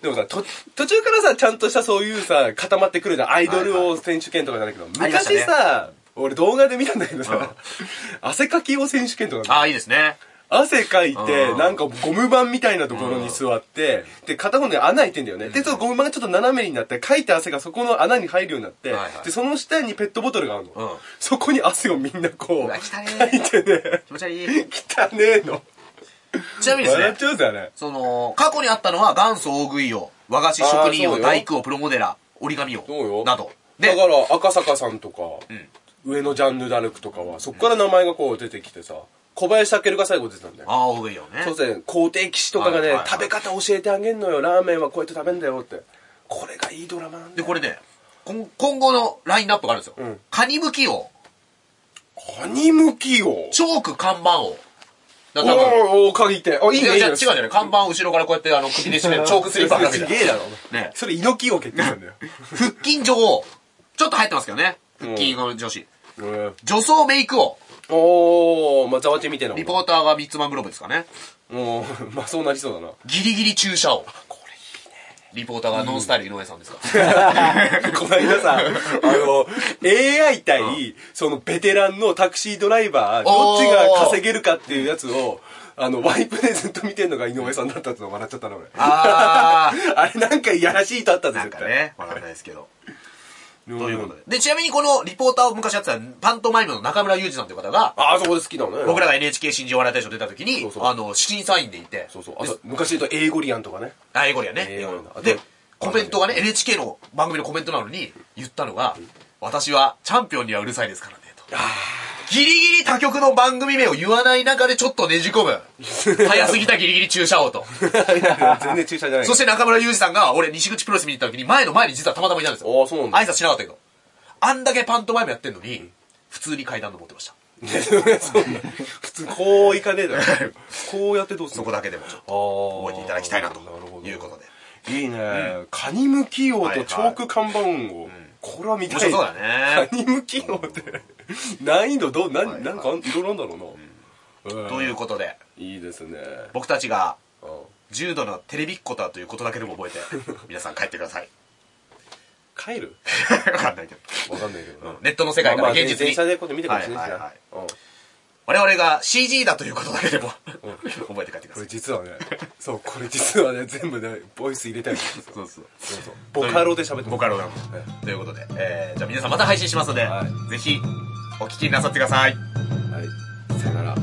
Speaker 2: でもさ、と途中からさ、ちゃんとしたそういうさ、固まってくるじゃん。アイドルを選手権とかじゃないけど、
Speaker 1: ありましたね
Speaker 2: 昔さ、俺動画で見たんだけどさ、汗かきを選手権とか
Speaker 1: あ
Speaker 2: だ
Speaker 1: あ、いいですね。
Speaker 2: 汗かいて、
Speaker 1: うん
Speaker 2: なんかゴム板みたいなところに座って、で、片方で穴開いてんだよね。で、そのゴム板がちょっと斜めになって、かいた汗がそこの穴に入るようになって
Speaker 1: はいはい、
Speaker 2: で、その下にペットボトルがある
Speaker 1: うん
Speaker 2: の。そこに汗をみんなこ
Speaker 1: う
Speaker 2: う、
Speaker 1: わ
Speaker 2: か
Speaker 1: 汚 ねえ
Speaker 2: いてね、
Speaker 1: 気持ち悪い。
Speaker 2: 汚ねえの。
Speaker 1: ちなみにです
Speaker 2: 笑
Speaker 1: ね
Speaker 2: っち、ゃうぜ、あれ。
Speaker 1: その、過去にあったのは元祖大食い王、和菓子職人
Speaker 2: あーそ
Speaker 1: 王、
Speaker 2: うよ
Speaker 1: 大工王、プロモデラー、折り紙
Speaker 2: そう
Speaker 1: 王、
Speaker 2: よ
Speaker 1: など。
Speaker 2: だ
Speaker 1: で
Speaker 2: か、ら赤坂さんとか、上のジャンヌ・ダルクとかはそっから名前がこう出てきてさ小林武が最後出てたんだよ
Speaker 1: ああ、大食い王ね
Speaker 2: そう。ですね皇帝騎士とかがね、
Speaker 1: はいはいはい
Speaker 2: 食べ方教えてあげんのよラーメンはこうやって食べんだよってこれがいいドラマなんだ
Speaker 1: で、
Speaker 2: よ
Speaker 1: これね、今今後のラインナップがあるんですよ
Speaker 2: ん。
Speaker 1: カニムキ王、
Speaker 2: カニムキを
Speaker 1: チョーク看板王。だから多分、
Speaker 2: おおおかぎてあいい
Speaker 1: いや
Speaker 2: ね
Speaker 1: い
Speaker 2: いい
Speaker 1: や違
Speaker 2: ね
Speaker 1: うじゃない。看板を後ろからこうやって、あの、首で締める、チョークスリーパーかけて。
Speaker 2: すげえだろ
Speaker 1: ね
Speaker 2: それ猪木を決定なんだよ、
Speaker 1: 腹筋女王。ちょっと入ってますけどね。腹筋の女子。
Speaker 2: うん
Speaker 1: 女装メイク王。
Speaker 2: おおまあざわちみたいなもん
Speaker 1: リポーターがミッツマングローブですかね。
Speaker 2: もう まあそうなりそうだな
Speaker 1: ギリギリ注射王。リポーターがノンスタイル井上さん ですか。
Speaker 2: この間さ、あの、AI 対、そのベテランのタクシードライバー、どっちが稼げるかっていうやつを、あの、ワイプでずっと見てんのが井上さんだったっての笑っちゃったな、俺。
Speaker 1: あー。
Speaker 2: あれなんかいやらしいとあったぜ、
Speaker 1: なん
Speaker 2: 絶
Speaker 1: か
Speaker 2: 対。
Speaker 1: ね、わかんないですけど。
Speaker 2: うん
Speaker 1: ということで。で、ちなみにこのリポーターを昔やってたパントマイムの中村裕二さんという方が、
Speaker 2: ああそこで好きだね。
Speaker 1: 僕らが NHK 新人お笑い大賞出た時に
Speaker 2: そう、そう
Speaker 1: あの、審査員でいて、
Speaker 2: そうそう。あと、昔言うと英語リアン とかね。
Speaker 1: あ、英語やね。
Speaker 2: 英語なんだ
Speaker 1: 英語で、コメントがね、NHK の番組のコメントなのに、言ったのが、私はチャンピオンにはうるさいですからね、と。ギリギリ他局の番組名を言わない中でちょっとねじ込む。 早すぎたギリギリ注射をと。
Speaker 2: 全然注射じゃない。
Speaker 1: そして中村裕二さんが、俺西口プロレス見に行った時に、前の前に実はたまたまいたんですよ。
Speaker 2: ああそうなんだ
Speaker 1: 挨拶しなかったけど。あんだけパントマイムやってんのに、普通に階段登ってました。
Speaker 2: そうなんだ普通、こういかねえだ ろ。こうやってどうする
Speaker 1: そこだけでもちょっと、覚
Speaker 2: 覚
Speaker 1: えていただきたいなと
Speaker 2: なるほど。
Speaker 1: いうことで。
Speaker 2: いいね、カニムキ王とチョーク看板王、これは見た
Speaker 1: 面
Speaker 2: い
Speaker 1: 白そうだね
Speaker 2: カニムキ王って難易度どう何、
Speaker 1: はい
Speaker 2: なんかあんいろいろあんだろうな、うん
Speaker 1: ということで、
Speaker 2: いいですね
Speaker 1: 僕たちが
Speaker 2: うん
Speaker 1: 重度のテレビっ子だということだけでも覚えて、 皆さん帰ってください。
Speaker 2: 帰る
Speaker 1: わかんないけど。
Speaker 2: わかんないけどな、
Speaker 1: ネットの世界から現実
Speaker 2: 電
Speaker 1: に。
Speaker 2: 車でこうやって見てくるしね、
Speaker 1: はいはいはい
Speaker 2: うん
Speaker 1: 我々が CG だということだけでも、覚えて帰ってくだ
Speaker 2: こ
Speaker 1: さ
Speaker 2: れ
Speaker 1: い。
Speaker 2: 実はねそうこれ実はね全部ねボイス入れたり
Speaker 1: そうそう。
Speaker 2: ボカロで喋って
Speaker 1: ボ
Speaker 2: る
Speaker 1: カロだもんということで、えーじゃあ皆さんまた配信しますので、
Speaker 2: はい
Speaker 1: ぜひお聞きなさってください。
Speaker 2: はいさよなら